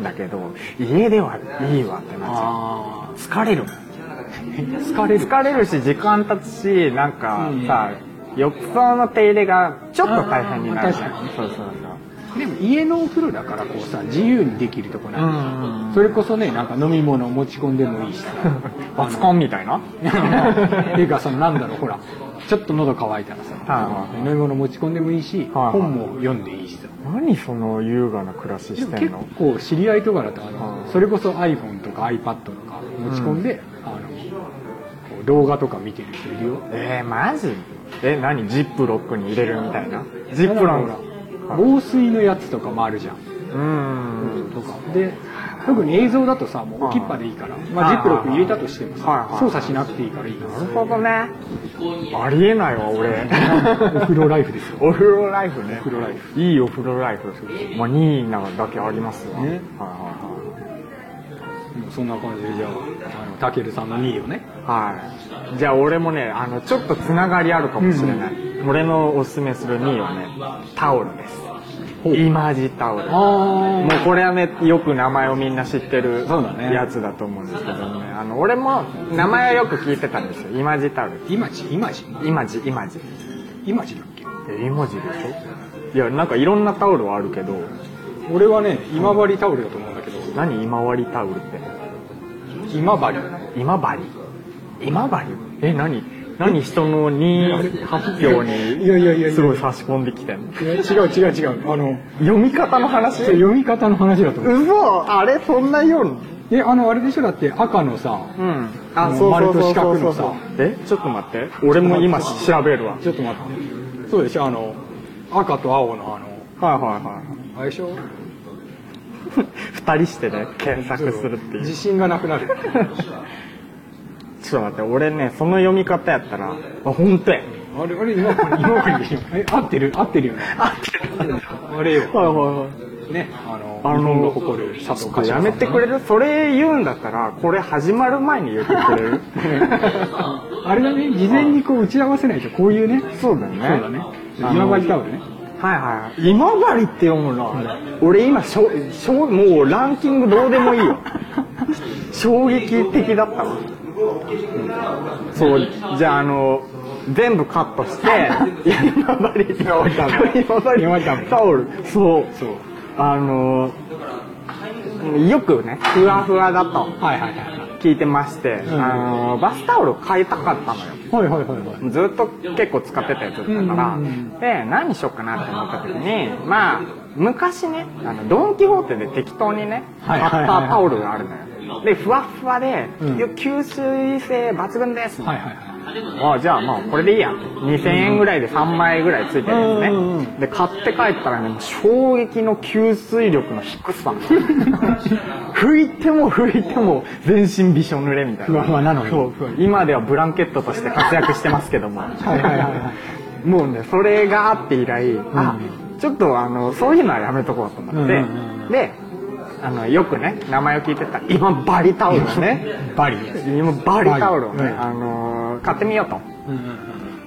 Speaker 2: んだけど家ではいいわってなっちゃ
Speaker 1: あ
Speaker 2: う疲れるもん
Speaker 1: あ疲れる
Speaker 2: 疲れるし時間経つしなんか
Speaker 1: うん
Speaker 2: さ浴槽の手入れがちょっと大変になるじゃ
Speaker 1: あーまあ確か
Speaker 2: ん
Speaker 1: に
Speaker 2: そうそうそう
Speaker 1: でも家のお風呂だからこうさ自由にできるとこ
Speaker 2: う
Speaker 1: ない、
Speaker 2: ん
Speaker 1: それこそねなんか飲み物を持ち込んでもいい しさ
Speaker 2: バスコンみたい な
Speaker 1: っていうかそのなんだろうほらちょっと喉乾いたらさ
Speaker 2: はい
Speaker 1: 飲み物持ち込んでもいいし
Speaker 2: はい
Speaker 1: 本も読んでいいしさ
Speaker 2: 何その優雅な暮らし
Speaker 1: で
Speaker 2: し
Speaker 1: も
Speaker 2: て
Speaker 1: 結
Speaker 2: んの
Speaker 1: 構知り合いとかだとあ
Speaker 2: は
Speaker 1: の
Speaker 2: い
Speaker 1: それこそ iPhone とか iPad とか持ち込んであのこう動画とか見てる人いるよ
Speaker 2: えー、マジえ何ジップロックに入れるみたいなジップ
Speaker 1: だから
Speaker 2: ロ
Speaker 1: ほ
Speaker 2: ッ
Speaker 1: ら
Speaker 2: ク
Speaker 1: 防水のやつとかもあるじゃん
Speaker 2: うーん
Speaker 1: とかで特に映像だとさもう置きっぱでいいからまあジップロック入れたとしても
Speaker 2: はい
Speaker 1: さ
Speaker 2: はい
Speaker 1: 操作しなくていいからいいか
Speaker 2: なるほどねありえないわ俺
Speaker 1: らお風呂ライフですよ
Speaker 2: お風呂ライフね
Speaker 1: お風呂ライフ
Speaker 2: いいお風呂ライフまあニーナだけありますわ、
Speaker 1: ね
Speaker 2: は
Speaker 1: もうそんな感じでじゃああのたけるさんの2位をね
Speaker 2: いはいはい、はい、じゃあ俺もねあのちょっとつながりあるかもしれない、俺のおすすめするニーはねタオルですイマジタオル
Speaker 1: あ
Speaker 2: もうこれはねよく名前をみんな知ってる
Speaker 1: そうだね
Speaker 2: やつだと思うんですけどねあの俺も名前はよく聞いてたんですよイマジタオル
Speaker 1: 今じ今じ
Speaker 2: イマジイマジ
Speaker 1: 今じだっけ
Speaker 2: えイマジでしょいやなんかいろんなタオルはあるけど
Speaker 1: 俺はね今治タオルだと思うんだけど
Speaker 2: 何今治タオルって
Speaker 1: 今治
Speaker 2: 今治今治え何何人の2発表
Speaker 1: いやいやいやい
Speaker 2: に
Speaker 1: や
Speaker 2: すごい差し込んできてんの
Speaker 1: いや違う違う違うあの
Speaker 2: 読み方の話
Speaker 1: それ読み方の話だと思う
Speaker 2: 嘘あれそんなよう
Speaker 1: えあのあれでしょだって赤のさ
Speaker 2: うん
Speaker 1: あ
Speaker 2: あ
Speaker 1: そ
Speaker 2: そうう
Speaker 1: そうそうそう
Speaker 2: そうそうそうえちょっと待って俺も今調べるわ
Speaker 1: ちょっと待ってそうでしょあの赤と青のあの
Speaker 2: はいはい
Speaker 1: あれでしょ
Speaker 2: はい 二人してね検索するっていう
Speaker 1: 自信がなく なる
Speaker 2: ちょっと待って俺ねその読み方やったらあ本当や
Speaker 1: あれあれ今これ今これ でしょえ合ってる合ってるよね
Speaker 2: あってる
Speaker 1: あれよ
Speaker 2: はいはいはい
Speaker 1: ねあの
Speaker 2: あの
Speaker 1: 日本が誇る佐
Speaker 2: ち
Speaker 1: 藤
Speaker 2: ょっと
Speaker 1: 柏さ
Speaker 2: や
Speaker 1: ん
Speaker 2: めてくれるそれ言うんだったらこれ始まる前に言ってくれ る
Speaker 1: あれだね事前にこう打ち合わせないとこういうね
Speaker 2: そうだね
Speaker 1: そうだね
Speaker 2: あの
Speaker 1: 今治タオルね
Speaker 2: はいはい今治って読むの俺今しょしょもうランキングどうでもい いよ衝撃的だったわそうじゃああの全部カットして 今治って今治
Speaker 1: 今治タオル
Speaker 2: タオルそう
Speaker 1: そう
Speaker 2: あのよくねふわふわだと
Speaker 1: はいはいはい
Speaker 2: 聞いてまし
Speaker 1: ん
Speaker 2: て、あのバスタオル買いたかったのよ
Speaker 1: はいはいはいはい。
Speaker 2: ずっと結構使ってたやつだったから、
Speaker 1: うんうんうん
Speaker 2: で何しよっかなって思った時にまあ昔ねあのドン・キホーテで適当にね
Speaker 1: は
Speaker 2: 買
Speaker 1: い
Speaker 2: っ
Speaker 1: はいはい
Speaker 2: たタオルがあるのよでふわっふわで、
Speaker 1: うん
Speaker 2: いや吸水性抜群です、
Speaker 1: はいはいは
Speaker 2: あじゃあまあこれでいいや2000円ぐらいで3枚ぐらいついてるんですね、
Speaker 1: うんうんうん
Speaker 2: で買って帰ったらね衝撃の吸水力の低さ 拭いても拭いても全身びしょ濡れみたい
Speaker 1: い。ふ
Speaker 2: な
Speaker 1: わふわなのに。
Speaker 2: そうそう今ではブランケットとして活躍してますけども
Speaker 1: はいはいはいは
Speaker 2: もうねそれがあって以来、あちょっとあのそういうのはやめとこうと思って、
Speaker 1: うんうんうん
Speaker 2: であのよくね名前を聞いてた今バリタオルをね
Speaker 1: バリ。
Speaker 2: 今バリタオルをね、
Speaker 1: バリうん
Speaker 2: あのー買ってみようと
Speaker 1: うん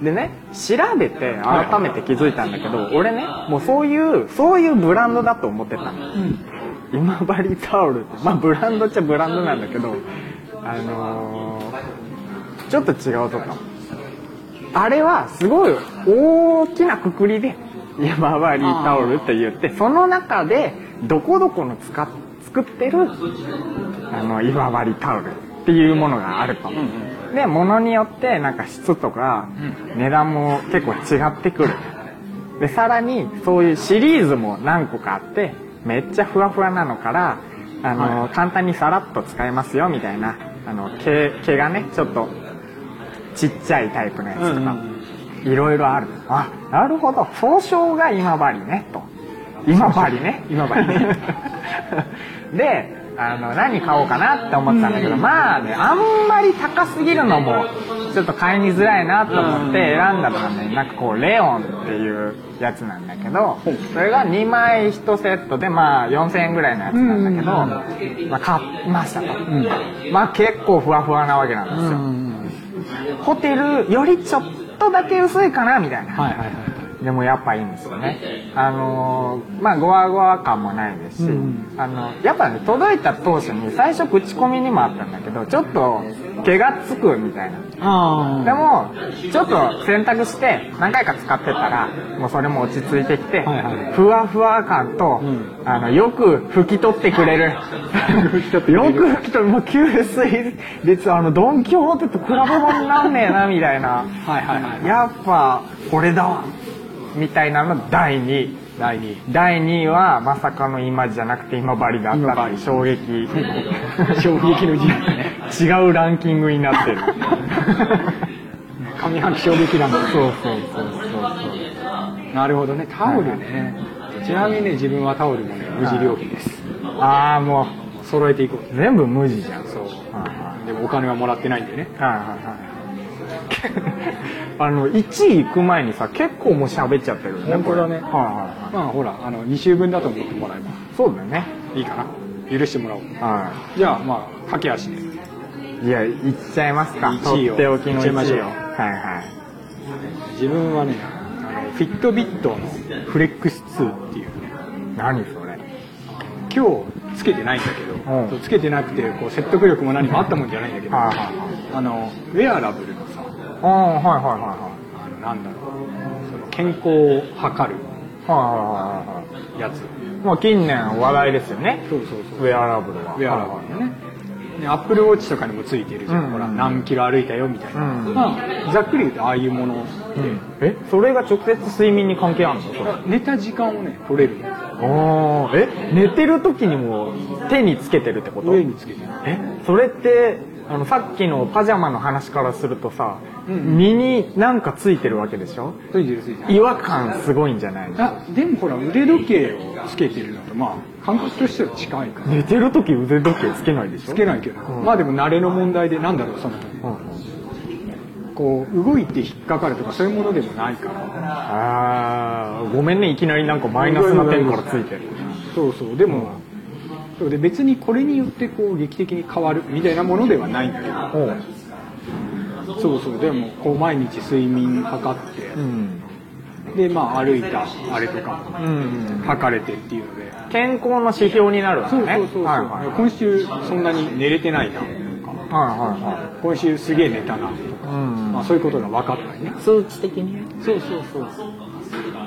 Speaker 1: うん
Speaker 2: でね調べて改めて気づいたんだけど、俺ねもうそういうそういうブランドだと思ってたの
Speaker 1: うん。
Speaker 2: 今治タオルってまあブランドっちゃブランドなんだけどあのーちょっと違うとかあれはすごい大きなくくりで今治タオルって言ってその中でどこどこの使っ作ってるあの今治タオルっていうものがあると、で物によってなんか質とか値段も結構違ってくるでさらにそういうシリーズも何個かあってめっちゃふわふわなのからあの、簡単にさらっと使えますよみたいなあの毛毛がねちょっとちっちゃいタイプのやつとか、いろいろあるあなるほど総称が今治ねと今治ね今治ね であの何買おうかなって思ってたんだけど、まあねあんまり高すぎるのもちょっと買いにづらいなと思って選んだのがねなんかこうレオンっていうやつなんだけどそれが2枚1セットでまあ4000円ぐらいのやつなんだけど、まあ、買いましたと、まあ結構ふわふわなわけなんですよ、ホテルよりちょっとだけ薄いかなみたいな、
Speaker 1: はいはいはい。
Speaker 2: でもやっぱいいんですよねあのーまあゴワゴワ感もないですし、
Speaker 1: うん
Speaker 2: あのやっぱね届いた当初に最初口コミにもあったんだけどちょっと毛がつくみたいな
Speaker 1: あ
Speaker 2: でもちょっと洗濯して何回か使ってたらもうそれも落ち着いてきて、
Speaker 1: はいはい
Speaker 2: ふわふわ感と、
Speaker 1: うん
Speaker 2: あのよく拭き取ってくれるよく拭き取るもう吸水率あのドン・キホーテと比べ物になんねえなみたいな
Speaker 1: はいはいはい。
Speaker 2: やっぱこれだわみたいなの第2位
Speaker 1: 第2位。
Speaker 2: 第2位はまさかの今じゃなくて今治だったっていう衝撃
Speaker 1: 衝撃の事実ね
Speaker 2: 違うランキングになってる
Speaker 1: 上半期衝撃なんだ。
Speaker 2: そうそうそうそうそう
Speaker 1: なるほどね。タオルね。ちなみにね、自分はタオルもね、無地良品です。
Speaker 2: ああも
Speaker 1: 揃えていこう。
Speaker 2: う全部無地じゃん
Speaker 1: そう。
Speaker 2: はいは
Speaker 1: でもお金はもらってないんでね。
Speaker 2: いはいはいはいあの1位行く前にさ結構もう喋っちゃってるよ
Speaker 1: 本当
Speaker 2: ね
Speaker 1: だね
Speaker 2: これはいはいは
Speaker 1: まあほら、あの、2週分だと思ってもらえば
Speaker 2: いそうだね
Speaker 1: いいかな。許してもらおう。
Speaker 2: は
Speaker 1: じゃあまあ、駆け足で。
Speaker 2: いいや行っちゃいますか
Speaker 1: 一
Speaker 2: と
Speaker 1: 位を
Speaker 2: っておき
Speaker 1: 行
Speaker 2: の
Speaker 1: っちゃいましょ
Speaker 2: 1
Speaker 1: う
Speaker 2: 位をはいはい
Speaker 1: 自分はね、あのフィットビットのフレックス2っていうね、
Speaker 2: 何それ
Speaker 1: 今日つけてないんだけど、
Speaker 2: うん
Speaker 1: つけてなくてこう説得力も何もあったもんじゃないんだけど、
Speaker 2: はいはいはい
Speaker 1: あのウェアラブルのさ、
Speaker 2: ああはいはいはいはい
Speaker 1: あのなんだろう、その健康を測る
Speaker 2: はいはいはいは
Speaker 1: やつ。
Speaker 2: いもう近年話題ですよね
Speaker 1: そうそう
Speaker 2: ウ。ェアラブルは
Speaker 1: ウェアラブルのね。ね、アップルウォッチとかにもついてるじゃん、
Speaker 2: うん
Speaker 1: ほら何キロ歩いたよみたいな、
Speaker 2: うん
Speaker 1: まあ、ざっくり言うとああいうもの
Speaker 2: ル、うんえそれが直接睡眠に関係あるのそれ
Speaker 1: 寝た時間をね取れるの
Speaker 2: ああえ寝てる時にも手につけてるってこと
Speaker 1: 上につけてる
Speaker 2: えそれってあのさっきのパジャマの話からするとさ、
Speaker 1: うん
Speaker 2: 身になんかついてるわけでしょ
Speaker 1: ついてるついてる
Speaker 2: 違和感すごいんじゃないの
Speaker 1: あでもほら腕時計をつけてるのとまあ感覚としては近いから
Speaker 2: 寝てる時腕時計つけないでしょ
Speaker 1: つけないけど、
Speaker 2: うん
Speaker 1: まあでも慣れの問題でなんだろうその
Speaker 2: うんうん
Speaker 1: こう動いて引っかかるとかそういうものでもないから
Speaker 2: あーごめんねいきなりなんかマイナスな点からついてる
Speaker 1: そうそうでも、そうで別にこれによってこう劇的に変わるみたいなものではないんだけど
Speaker 2: おう
Speaker 1: そうそうでもこう毎日睡眠測って、
Speaker 2: うん
Speaker 1: でまあ歩いたあれとかも
Speaker 2: うん
Speaker 1: 測れてっていうので
Speaker 2: 健康の指標になるわ
Speaker 1: そ
Speaker 2: け
Speaker 1: うそう
Speaker 2: ね
Speaker 1: そうそう、
Speaker 2: はいはいはい
Speaker 1: 今週そんなに寝れてないなとか
Speaker 2: は
Speaker 1: 今週すげえ寝たなとか
Speaker 2: いはい
Speaker 1: まあ、そういうことが分かったりね
Speaker 2: うん数値的に
Speaker 1: そうそうそう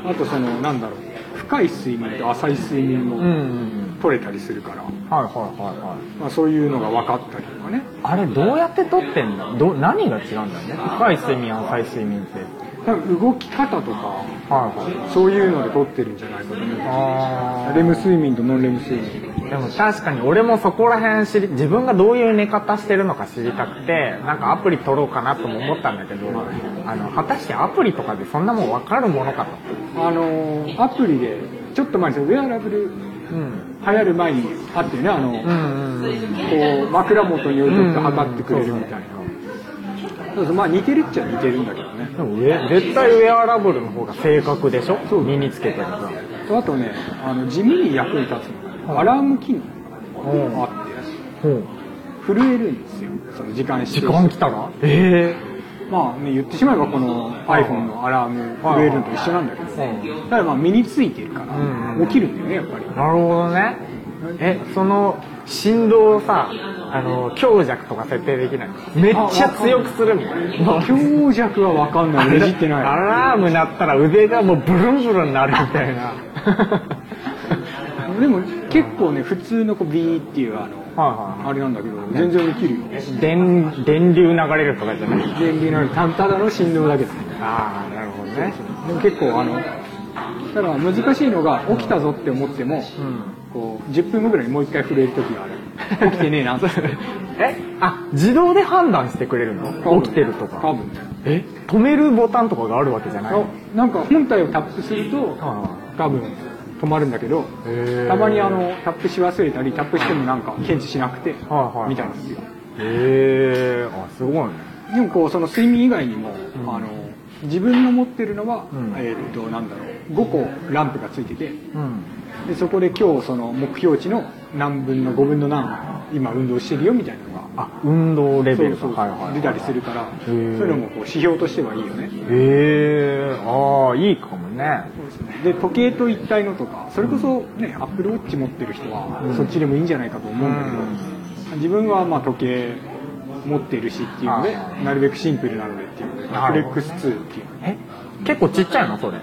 Speaker 1: あとそのなんだろう深い睡眠と浅い睡眠
Speaker 2: うんう
Speaker 1: も
Speaker 2: ん
Speaker 1: 取れたりするから、
Speaker 2: はいはいはいはい
Speaker 1: まあ、そういうのが分かったりとかね
Speaker 2: あれどうやって撮ってんだど何が違うんだろうね深い睡眠浅い睡眠って
Speaker 1: 多分動き方とか
Speaker 2: はいはい
Speaker 1: そういうので取ってるんじゃないかと思う
Speaker 2: あ
Speaker 1: レム睡眠とノンレム睡眠
Speaker 2: ーでも確かに俺もそこら辺知り自分がどういう寝方してるのか知りたくてなんかアプリ取ろうかなとも思ったんだけどあの果たしてアプリとかでそんなもん分かるものかと
Speaker 1: あのーアプリでちょっと前にウェアラブル流
Speaker 2: うん
Speaker 1: 行る前にあってねあの、
Speaker 2: う
Speaker 1: こ
Speaker 2: んうん
Speaker 1: う枕元に置いとくと測ってくれるみたいな、そうそうまあ似てるっちゃ似てるんだけどね
Speaker 2: でもウェ絶対ウェアラブルの方が正確でしょ身につけてる分
Speaker 1: あとねあの地味に役に立つのがアラーム機能があって
Speaker 2: うん
Speaker 1: 震えるんですよその時間指定
Speaker 2: 時間来たらえ
Speaker 1: まあね言ってしまえばこの iPhone のアラーム震えるのと一緒なんだけ
Speaker 2: え
Speaker 1: ど
Speaker 2: ー
Speaker 1: ただまあ身についてるか
Speaker 2: うん
Speaker 1: ら起きるんだよねやっぱり
Speaker 2: なるほどねえその振動をさあの強弱とか設定できないのめっちゃ強くするみたいな
Speaker 1: 強弱は分かんないねじってない
Speaker 2: アラーム鳴ったら腕がもうブルンブルンになるみ たいな
Speaker 1: でも結構ね普通のこうビーっていうあの
Speaker 2: は
Speaker 1: あれなんだけど全然起きるよ
Speaker 2: いはい電電流流れるとかじゃない
Speaker 1: 電流のたただの振動だけどね
Speaker 2: ああなるほどね
Speaker 1: でも結構あのただ難しいのが起きたぞって思っても
Speaker 2: うん
Speaker 1: こう10分後ぐらいにもう一回震える時がある起きてねえなって
Speaker 2: えあ自動で判断してくれるの起きてると
Speaker 1: 多
Speaker 2: か
Speaker 1: 分ね
Speaker 2: え止めるボタンとかがあるわけじゃないの
Speaker 1: あなんか本体をタップすると
Speaker 2: あ
Speaker 1: 多分止まるんだけど
Speaker 2: ー
Speaker 1: たまにあのタップし忘れたりタップしてもなんか検知しなくて
Speaker 2: はいはい
Speaker 1: みたいなんですよ
Speaker 2: へえあすごいね
Speaker 1: でもこうその睡眠以外にも、
Speaker 2: ん
Speaker 1: あの自分の持ってるのは、
Speaker 2: うん
Speaker 1: えーっとなんだろう5個ランプがついてて
Speaker 2: うん
Speaker 1: でそこで今日その目標値の何分の5分の何今運動してるよみたいなのが
Speaker 2: あ運動レベルが
Speaker 1: そうそうそう
Speaker 2: はいはいはい
Speaker 1: 出たりするからそう
Speaker 2: ー
Speaker 1: いうのもこう指標としてはいいよね
Speaker 2: へえああいいかもね
Speaker 1: で時計と一体のとかそれこそねアップルウォッチ持ってる人は、そっちでもいいんじゃないかと思うんだけど、自分はまあ時計持ってるしっていうので
Speaker 2: あ
Speaker 1: なるべくシンプルなのでっていうので
Speaker 2: な
Speaker 1: フレ
Speaker 2: るほ
Speaker 1: ッ
Speaker 2: ど
Speaker 1: クス2っていうの
Speaker 2: え結構ちっちゃいのそれ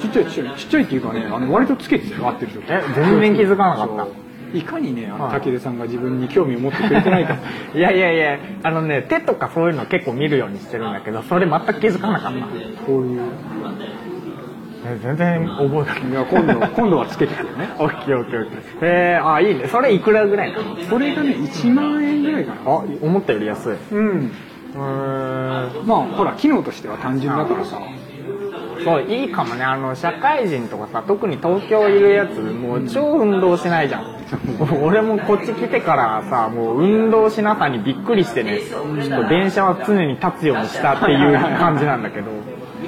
Speaker 1: ちっちゃいちっちゃいちっちゃいっていうかねあの割とつけてたよ合ってる時
Speaker 2: え全然気づかなかった
Speaker 1: そういかにねあの
Speaker 2: はい
Speaker 1: 武田さんが自分に興味を持ってくれて ないか
Speaker 2: いやいやいやあのね手とかそういうの結構見るようにしてるんだけどそれ全く気づかなかった
Speaker 1: こういう
Speaker 2: え全然覚えてない
Speaker 1: いや今度今度はつけてくよね
Speaker 2: オッケーオッケーオッケーえー、あいいねそれいくらぐらいなの
Speaker 1: これがね1万円ぐらいかな
Speaker 2: あ思ったより安いう
Speaker 1: うん
Speaker 2: ーん
Speaker 1: まあほら機能としては単純だからさ
Speaker 2: そういいかもねあの社会人とかさ特に東京いるやつもう超運動しないじゃん 俺もこっち来てからさもう運動しなさにびっくりしてねちょっと電車は常に立つようにしたっていう感じなんだけど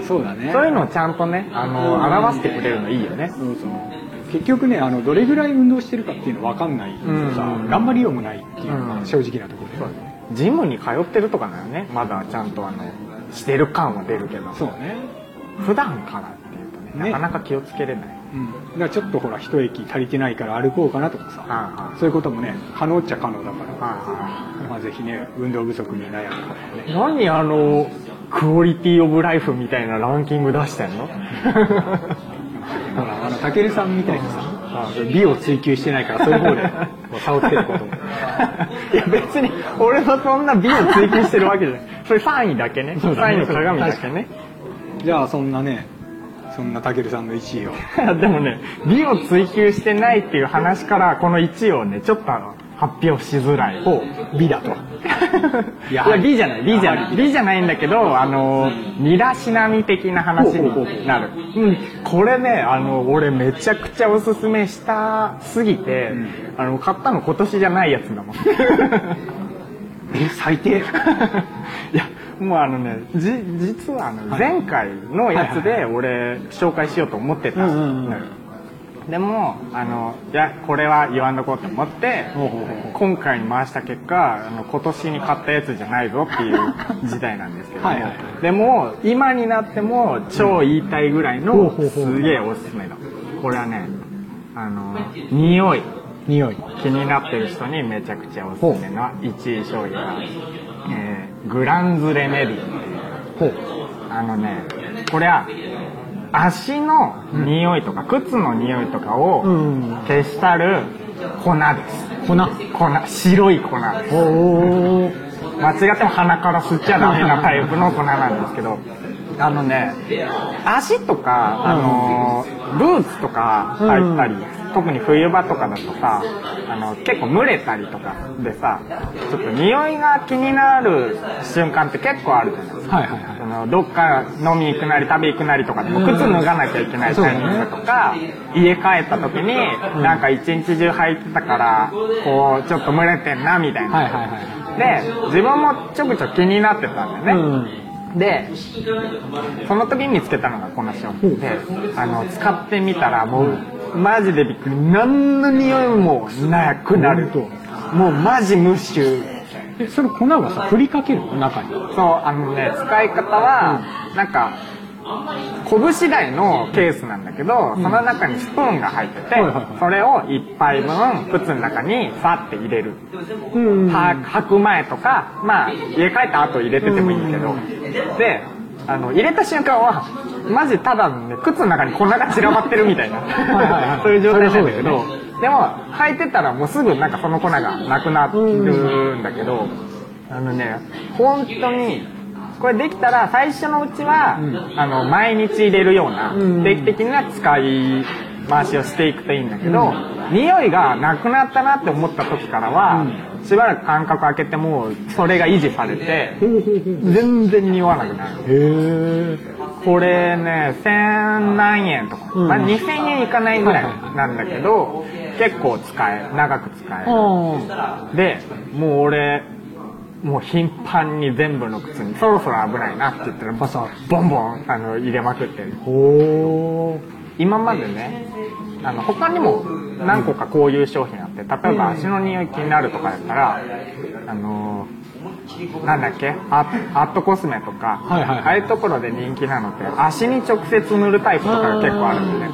Speaker 1: そうだね
Speaker 2: そういうのをちゃんとねあの表してくれるのいいよね
Speaker 1: そうそう結局ねあのどれぐらい運動してるかっていうの分かんない
Speaker 2: ん
Speaker 1: さ、頑張りようもないっていうの
Speaker 2: うん
Speaker 1: が正直なところで、
Speaker 2: ジムに通ってるとかならねまだちゃんとあのしてる感は出るけど
Speaker 1: そうね、
Speaker 2: 普段からっていうとね
Speaker 1: ね
Speaker 2: なかなか気をつけれない、
Speaker 1: うん、だからちょっとほら一駅足りてないから歩こうかなとかさ
Speaker 2: あ
Speaker 1: そういうこともね可能っちゃ可能だから
Speaker 2: あああ
Speaker 1: まあ、ぜひね運動不足に悩む方もね
Speaker 2: 何あのクオリティオブライフみたいなランキング出してん の
Speaker 1: ほらあのたけるさんみたいにさ美を追求してないからそういう方で こう差をつけることも
Speaker 2: いや別に俺はそんな美を追求してるわけじゃないそれ3位だけね
Speaker 1: そうだね
Speaker 2: 3位の鏡だけね
Speaker 1: じゃあそんなねそんなたけるさんの1位を
Speaker 2: でもね美を追求してないっていう話からこの1位をねちょっとあの発表しづらい
Speaker 1: 美 だと
Speaker 2: い
Speaker 1: や
Speaker 2: や
Speaker 1: はり
Speaker 2: 美じゃない美じゃない美じゃないんだけどあの身だしなみ的な話
Speaker 1: ほうほうほうほう
Speaker 2: になる、うん、これねあの俺めちゃくちゃおすすめしたすぎて、あの買ったの今年じゃないやつ だもん
Speaker 1: え最低
Speaker 2: いやもうあのねじ実はあの前回のやつで俺紹介しようと思ってた
Speaker 1: うんうんうん
Speaker 2: のよでもあのいやこれは言わんとこうと思って
Speaker 1: ほうほうほう
Speaker 2: 今回に回した結果あの今年に買ったやつじゃないぞっていう事態なんですけども
Speaker 1: はいはい
Speaker 2: でも今になっても超言いたいぐらい
Speaker 1: ほう
Speaker 2: の
Speaker 1: ほうほう
Speaker 2: すげえおすすめだこれはねあの匂い
Speaker 1: 匂い
Speaker 2: 気になってる人にめちゃくちゃおすすめな1位商品は、えーグランズレメディっていう
Speaker 1: ほう
Speaker 2: あのねこれは足の匂いとか、靴の匂いとかを
Speaker 1: うん
Speaker 2: 消したる粉です。
Speaker 1: 粉
Speaker 2: 粉、白い粉です。
Speaker 1: おお
Speaker 2: 間違っても鼻から吸っちゃダメなタイプの粉なんですけど、あのね、足とか、あの、ブーツとか入ったり、特に冬場とかだとさ、あの、結構蒸れたりとかでさ、ちょっと匂いが気になる瞬間って結構あるじゃないですか。
Speaker 1: はいはいはい
Speaker 2: そのどっか飲み行くなり食べ行くなりとかでも靴脱がなきゃいけないタイミングとか、家帰った時になんか一日中履いてたからこうちょっと蒸れてんなみたいな、
Speaker 1: はいはいは
Speaker 2: で自分もちょくちょく気になってたんだよね、でその時に見つけたのがこのシ
Speaker 1: ほ
Speaker 2: ョ
Speaker 1: う
Speaker 2: ンであの使ってみたらもうマジでびっくり何の匂いもなくなる
Speaker 1: ほん
Speaker 2: もうマジ無臭
Speaker 1: いえそれ粉はさ振りかけるの中に
Speaker 2: そうあのね使い方はなんか拳次第のケースなんだけど、その中にスプーンが入ってて、
Speaker 1: はいはいはい
Speaker 2: それを1杯分靴の中にさって入れる
Speaker 1: うん
Speaker 2: は履く前とか、まあ、家帰った後入れててもいいけど、であの入れた瞬間はマジただの、ね、靴の中に粉が散らばってるみたい
Speaker 1: いはいはい
Speaker 2: な そういう状態なんだけ
Speaker 1: それは
Speaker 2: ど
Speaker 1: そ
Speaker 2: でも履いてたらもうすぐなんかその粉がなくなるんだけどあのね本当にこれできたら最初のうちは、あの毎日入れるような
Speaker 1: うん
Speaker 2: 定期的な使い回しをしていくといいんだけど、匂いがなくなったなって思った時からは、しばらく間隔空けてもそれが維持されて
Speaker 1: ほうほうほう
Speaker 2: 全然匂わなくなる
Speaker 1: へえ
Speaker 2: これね1000何円とか、
Speaker 1: うん
Speaker 2: まあ、2000円いかないぐらい
Speaker 1: はいは
Speaker 2: なんだけど結構使え長く使える
Speaker 1: あ
Speaker 2: でもう俺もう頻繁に全部の靴にそろそろ危ないなって言ったら
Speaker 1: パサ
Speaker 2: ボンボンあの入れまくってる
Speaker 1: おお
Speaker 2: 今までねあの他にも何個かこういう商品あって例えば足の匂い気になるとかだったらあのーなんだっけアアットコスメとか、
Speaker 1: はいはいはい
Speaker 2: ああいうところで人気なのって足に直接塗るタイプとかが結構あるんでね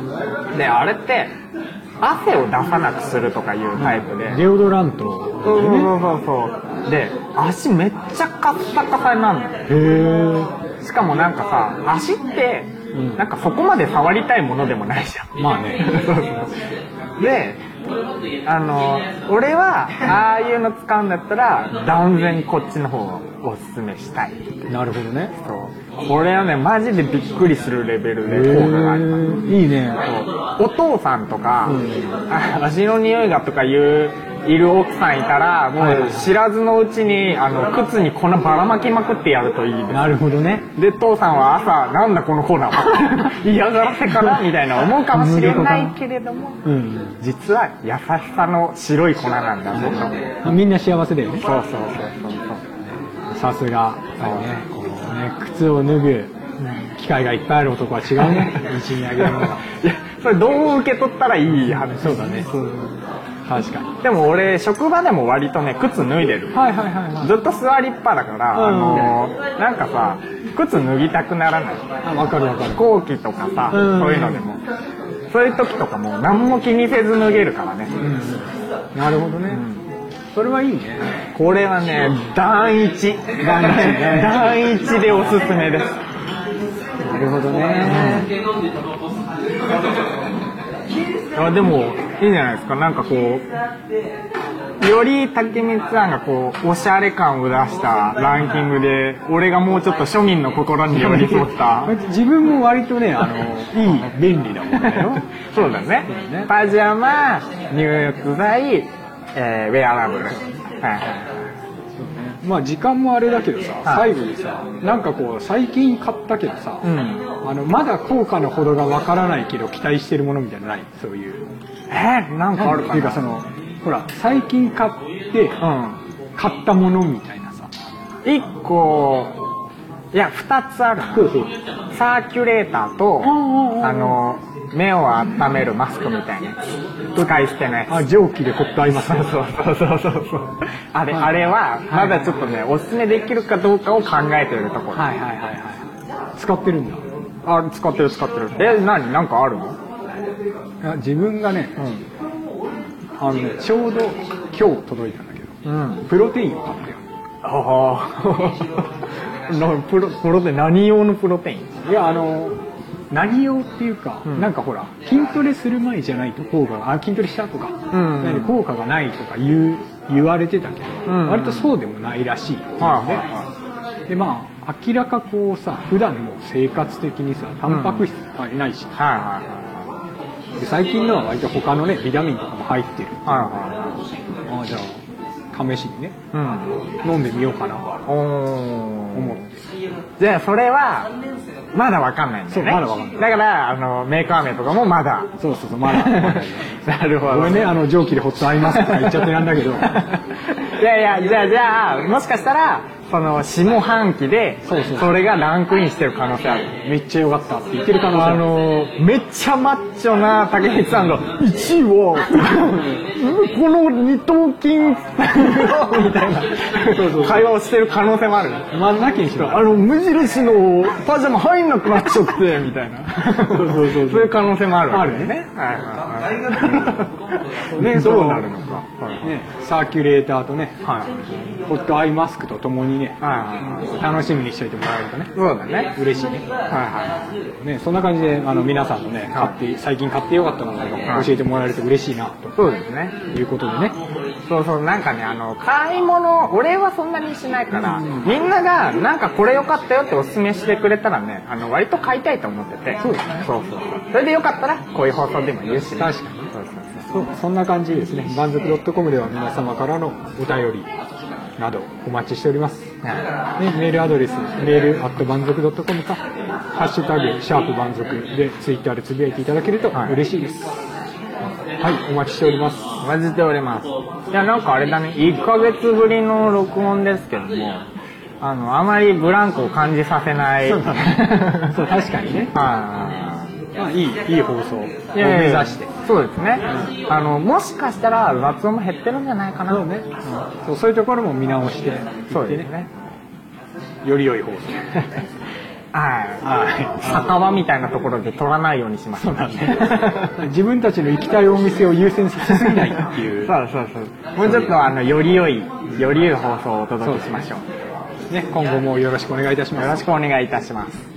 Speaker 2: であれって汗を出さなくするとかいうタイプで、
Speaker 1: デオドラント
Speaker 2: そうそうそうそうで足めっちゃカッサカサになるの
Speaker 1: へえ
Speaker 2: しかもなんかさ足って
Speaker 1: うん
Speaker 2: なんかそこまで触りたいものでもないじゃん
Speaker 1: まあね
Speaker 2: そうそう であの俺はああいうの使うんだったら断然こっちの方をおすすめしたい
Speaker 1: なるほどね
Speaker 2: そうこれはねマジでびっくりするレベル
Speaker 1: へ
Speaker 2: で効果があります
Speaker 1: えいいね
Speaker 2: お父さんとか、
Speaker 1: うん
Speaker 2: あ足の匂いがとかいういる奥さんいた
Speaker 1: は
Speaker 2: ら
Speaker 1: い
Speaker 2: も
Speaker 1: はいう
Speaker 2: 知らずのうちにあの靴に粉ばらまきまくってやるといいで
Speaker 1: なるほどね
Speaker 2: すで父さんは朝なんだこの粉は 嫌がらせかなみたいな思うかもしれないけれども
Speaker 1: うん
Speaker 2: 実は優しさの白い粉なんだぞと
Speaker 1: みんな幸せだよね
Speaker 2: そうそうそうそうそ
Speaker 1: さ
Speaker 2: う
Speaker 1: すがねこうね靴を脱ぐ機会がいっぱいある男は違う ね一にあげるのが
Speaker 2: いやそれどう受け取ったらいい話
Speaker 1: そうだね確かに
Speaker 2: でも俺職場でも割とね靴脱いでる
Speaker 1: はいはいはいはい
Speaker 2: ずっと座りっぱだから、
Speaker 1: うん
Speaker 2: あのーなんかさ靴脱ぎたくならない
Speaker 1: あわかるわか
Speaker 2: 飛
Speaker 1: る
Speaker 2: 行機とかさ、
Speaker 1: うん
Speaker 2: そういうのでもそういう時とかも何も気にせず脱げるからね、
Speaker 1: なるほどねそれはいいね
Speaker 2: これはね段一
Speaker 1: 段一ね
Speaker 2: 段一でおすすめです
Speaker 1: なるほどね
Speaker 2: あでもいいんじゃないですかなんかこうより竹光さんがこうおしゃれ感を出したランキングで俺がもうちょっと庶民の心に寄り 添った
Speaker 1: 自分も割とねあのいい便利なもんだよ
Speaker 2: そうだね
Speaker 1: ね
Speaker 2: パジャマ入浴剤、えーウェアラブル、はい
Speaker 1: まあ時間もあれだけどさ
Speaker 2: は
Speaker 1: 最
Speaker 2: い
Speaker 1: 後にさなんかこう最近買ったけどさ
Speaker 2: うん、
Speaker 1: あのまだ効果のほどがわからないけど期待してるものみたいなのないそういう
Speaker 2: えー、なんかある
Speaker 1: っ
Speaker 2: か
Speaker 1: ていうか
Speaker 2: な
Speaker 1: そのほら最近買って買ったものみたいなさ
Speaker 2: うん1個いや2つあるなサーキュレーターと
Speaker 1: うんうんうん
Speaker 2: あの目を温めるマスクみたいなやつ使い捨てのやつ
Speaker 1: あ蒸気でコップ合います
Speaker 2: そう
Speaker 1: ね
Speaker 2: そうそうそうそうあれ、あれはまだちょっとねおすすめできるかどうかを考えてるところ、
Speaker 1: はいはいはいはい使ってるんだ
Speaker 2: あ使ってる使ってるえ何なんかあるの
Speaker 1: あ自分がねあのねちょうど今日届いたんだけど
Speaker 2: うん、うん、
Speaker 1: プロテインを買ったよ
Speaker 2: ああプロプロテイン何用のプロテイン
Speaker 1: いやあの何用っていうか、
Speaker 2: ん
Speaker 1: なんかほら筋トレする前じゃないと効果があ筋トレしたとか、
Speaker 2: ん
Speaker 1: なんか効果がないとか言う言われてたけど、
Speaker 2: うん
Speaker 1: 割とそうでもないらしいよ、
Speaker 2: はいはいはい
Speaker 1: でまあ明らかこうさ普段の生活的にさタンパク質足りないし、
Speaker 2: はいはい
Speaker 1: で最近のは割と他のねビタミンとかも入ってる
Speaker 2: はいは
Speaker 1: ああじゃあ試しにね
Speaker 2: いはい
Speaker 1: 飲んでみようかなと
Speaker 2: うんお
Speaker 1: 思っ
Speaker 2: ー
Speaker 1: て
Speaker 2: じゃあそれはまだわかんないんだよね
Speaker 1: そうまだわかんない
Speaker 2: だからあのメーカー名とかもまだ
Speaker 1: そうそうそうまだまだ
Speaker 2: なるほど
Speaker 1: ごめんねあの蒸気でホット合いますとか言っちゃってなんだけど
Speaker 2: いやいやじゃあじゃあもしかしたらその下半期で
Speaker 1: そうそう
Speaker 2: それがランクインしてる可能性ある
Speaker 1: めっちゃ良かったって言ってる可能性
Speaker 2: あ
Speaker 1: ある
Speaker 2: のめっちゃマッチョな竹内さんが「1位は この二頭筋みたいな会話をしてる可能性もある
Speaker 1: まだなきにしろ
Speaker 2: あの無印のパジャマ入んなくなっちゃってみたいな
Speaker 1: そうそうそうそう
Speaker 2: いう可能性もある
Speaker 1: あるよね
Speaker 2: はいはいはい
Speaker 1: ね
Speaker 2: どうなるのかはい
Speaker 1: ねサーキュレーターとね
Speaker 2: はい
Speaker 1: ホットアイマスクとともにね
Speaker 2: はいはい
Speaker 1: 楽しみにしておいてもらえるとね
Speaker 2: そうだね
Speaker 1: 嬉しいね
Speaker 2: はいはい
Speaker 1: ねそんな感じであの皆さんのね買って最近買ってよかったものとかも教えてもらえると嬉しいな
Speaker 2: そうですね
Speaker 1: ということでね
Speaker 2: そうそうなんかねあの買い物俺はそんなにしないから、みんながなんかこれ良かったよっておすすめしてくれたらねあの割と買いたいと思っててそうですねそうそうそうそれでよかったらこういう放送でも言うし、ね、
Speaker 1: 確かに
Speaker 2: そうそうそう
Speaker 1: そうそんな感じですね満足 .com では皆様からのお便りなどお待ちしております
Speaker 2: は
Speaker 1: ね、メールアドレス、メールアット満足 .com か、ハッシュタグ、シャープ満足でツイッターでつぶやいていただけると嬉しいです。はい、お待ちしており ます。
Speaker 2: いマジでおりますいやなんかあれだね1ヶ月ぶりの録音ですけどもあのあまりブランクを感じさせない
Speaker 1: そう確かにね。
Speaker 2: はい
Speaker 1: まあ、いい、いい放送を目指
Speaker 2: いやいやいや
Speaker 1: して。
Speaker 2: そうですね、あのもしかしたら雑音も減ってるんじゃないかな
Speaker 1: そうね、そうそういうところも見直してい
Speaker 2: そ
Speaker 1: っ
Speaker 2: う
Speaker 1: て
Speaker 2: です
Speaker 1: ね
Speaker 2: ね
Speaker 1: より良い放送
Speaker 2: はい
Speaker 1: は
Speaker 2: 酒場みたいなところで取らないようにしますそうだ
Speaker 1: い 自分たちの行きたいお店を優先しすぎないっていう
Speaker 2: そうそうそうもうちょっとあのより良いより良い放送をお届けしましょう
Speaker 1: ね今後もよろしくお願いいたします
Speaker 2: よろしくお願いいたします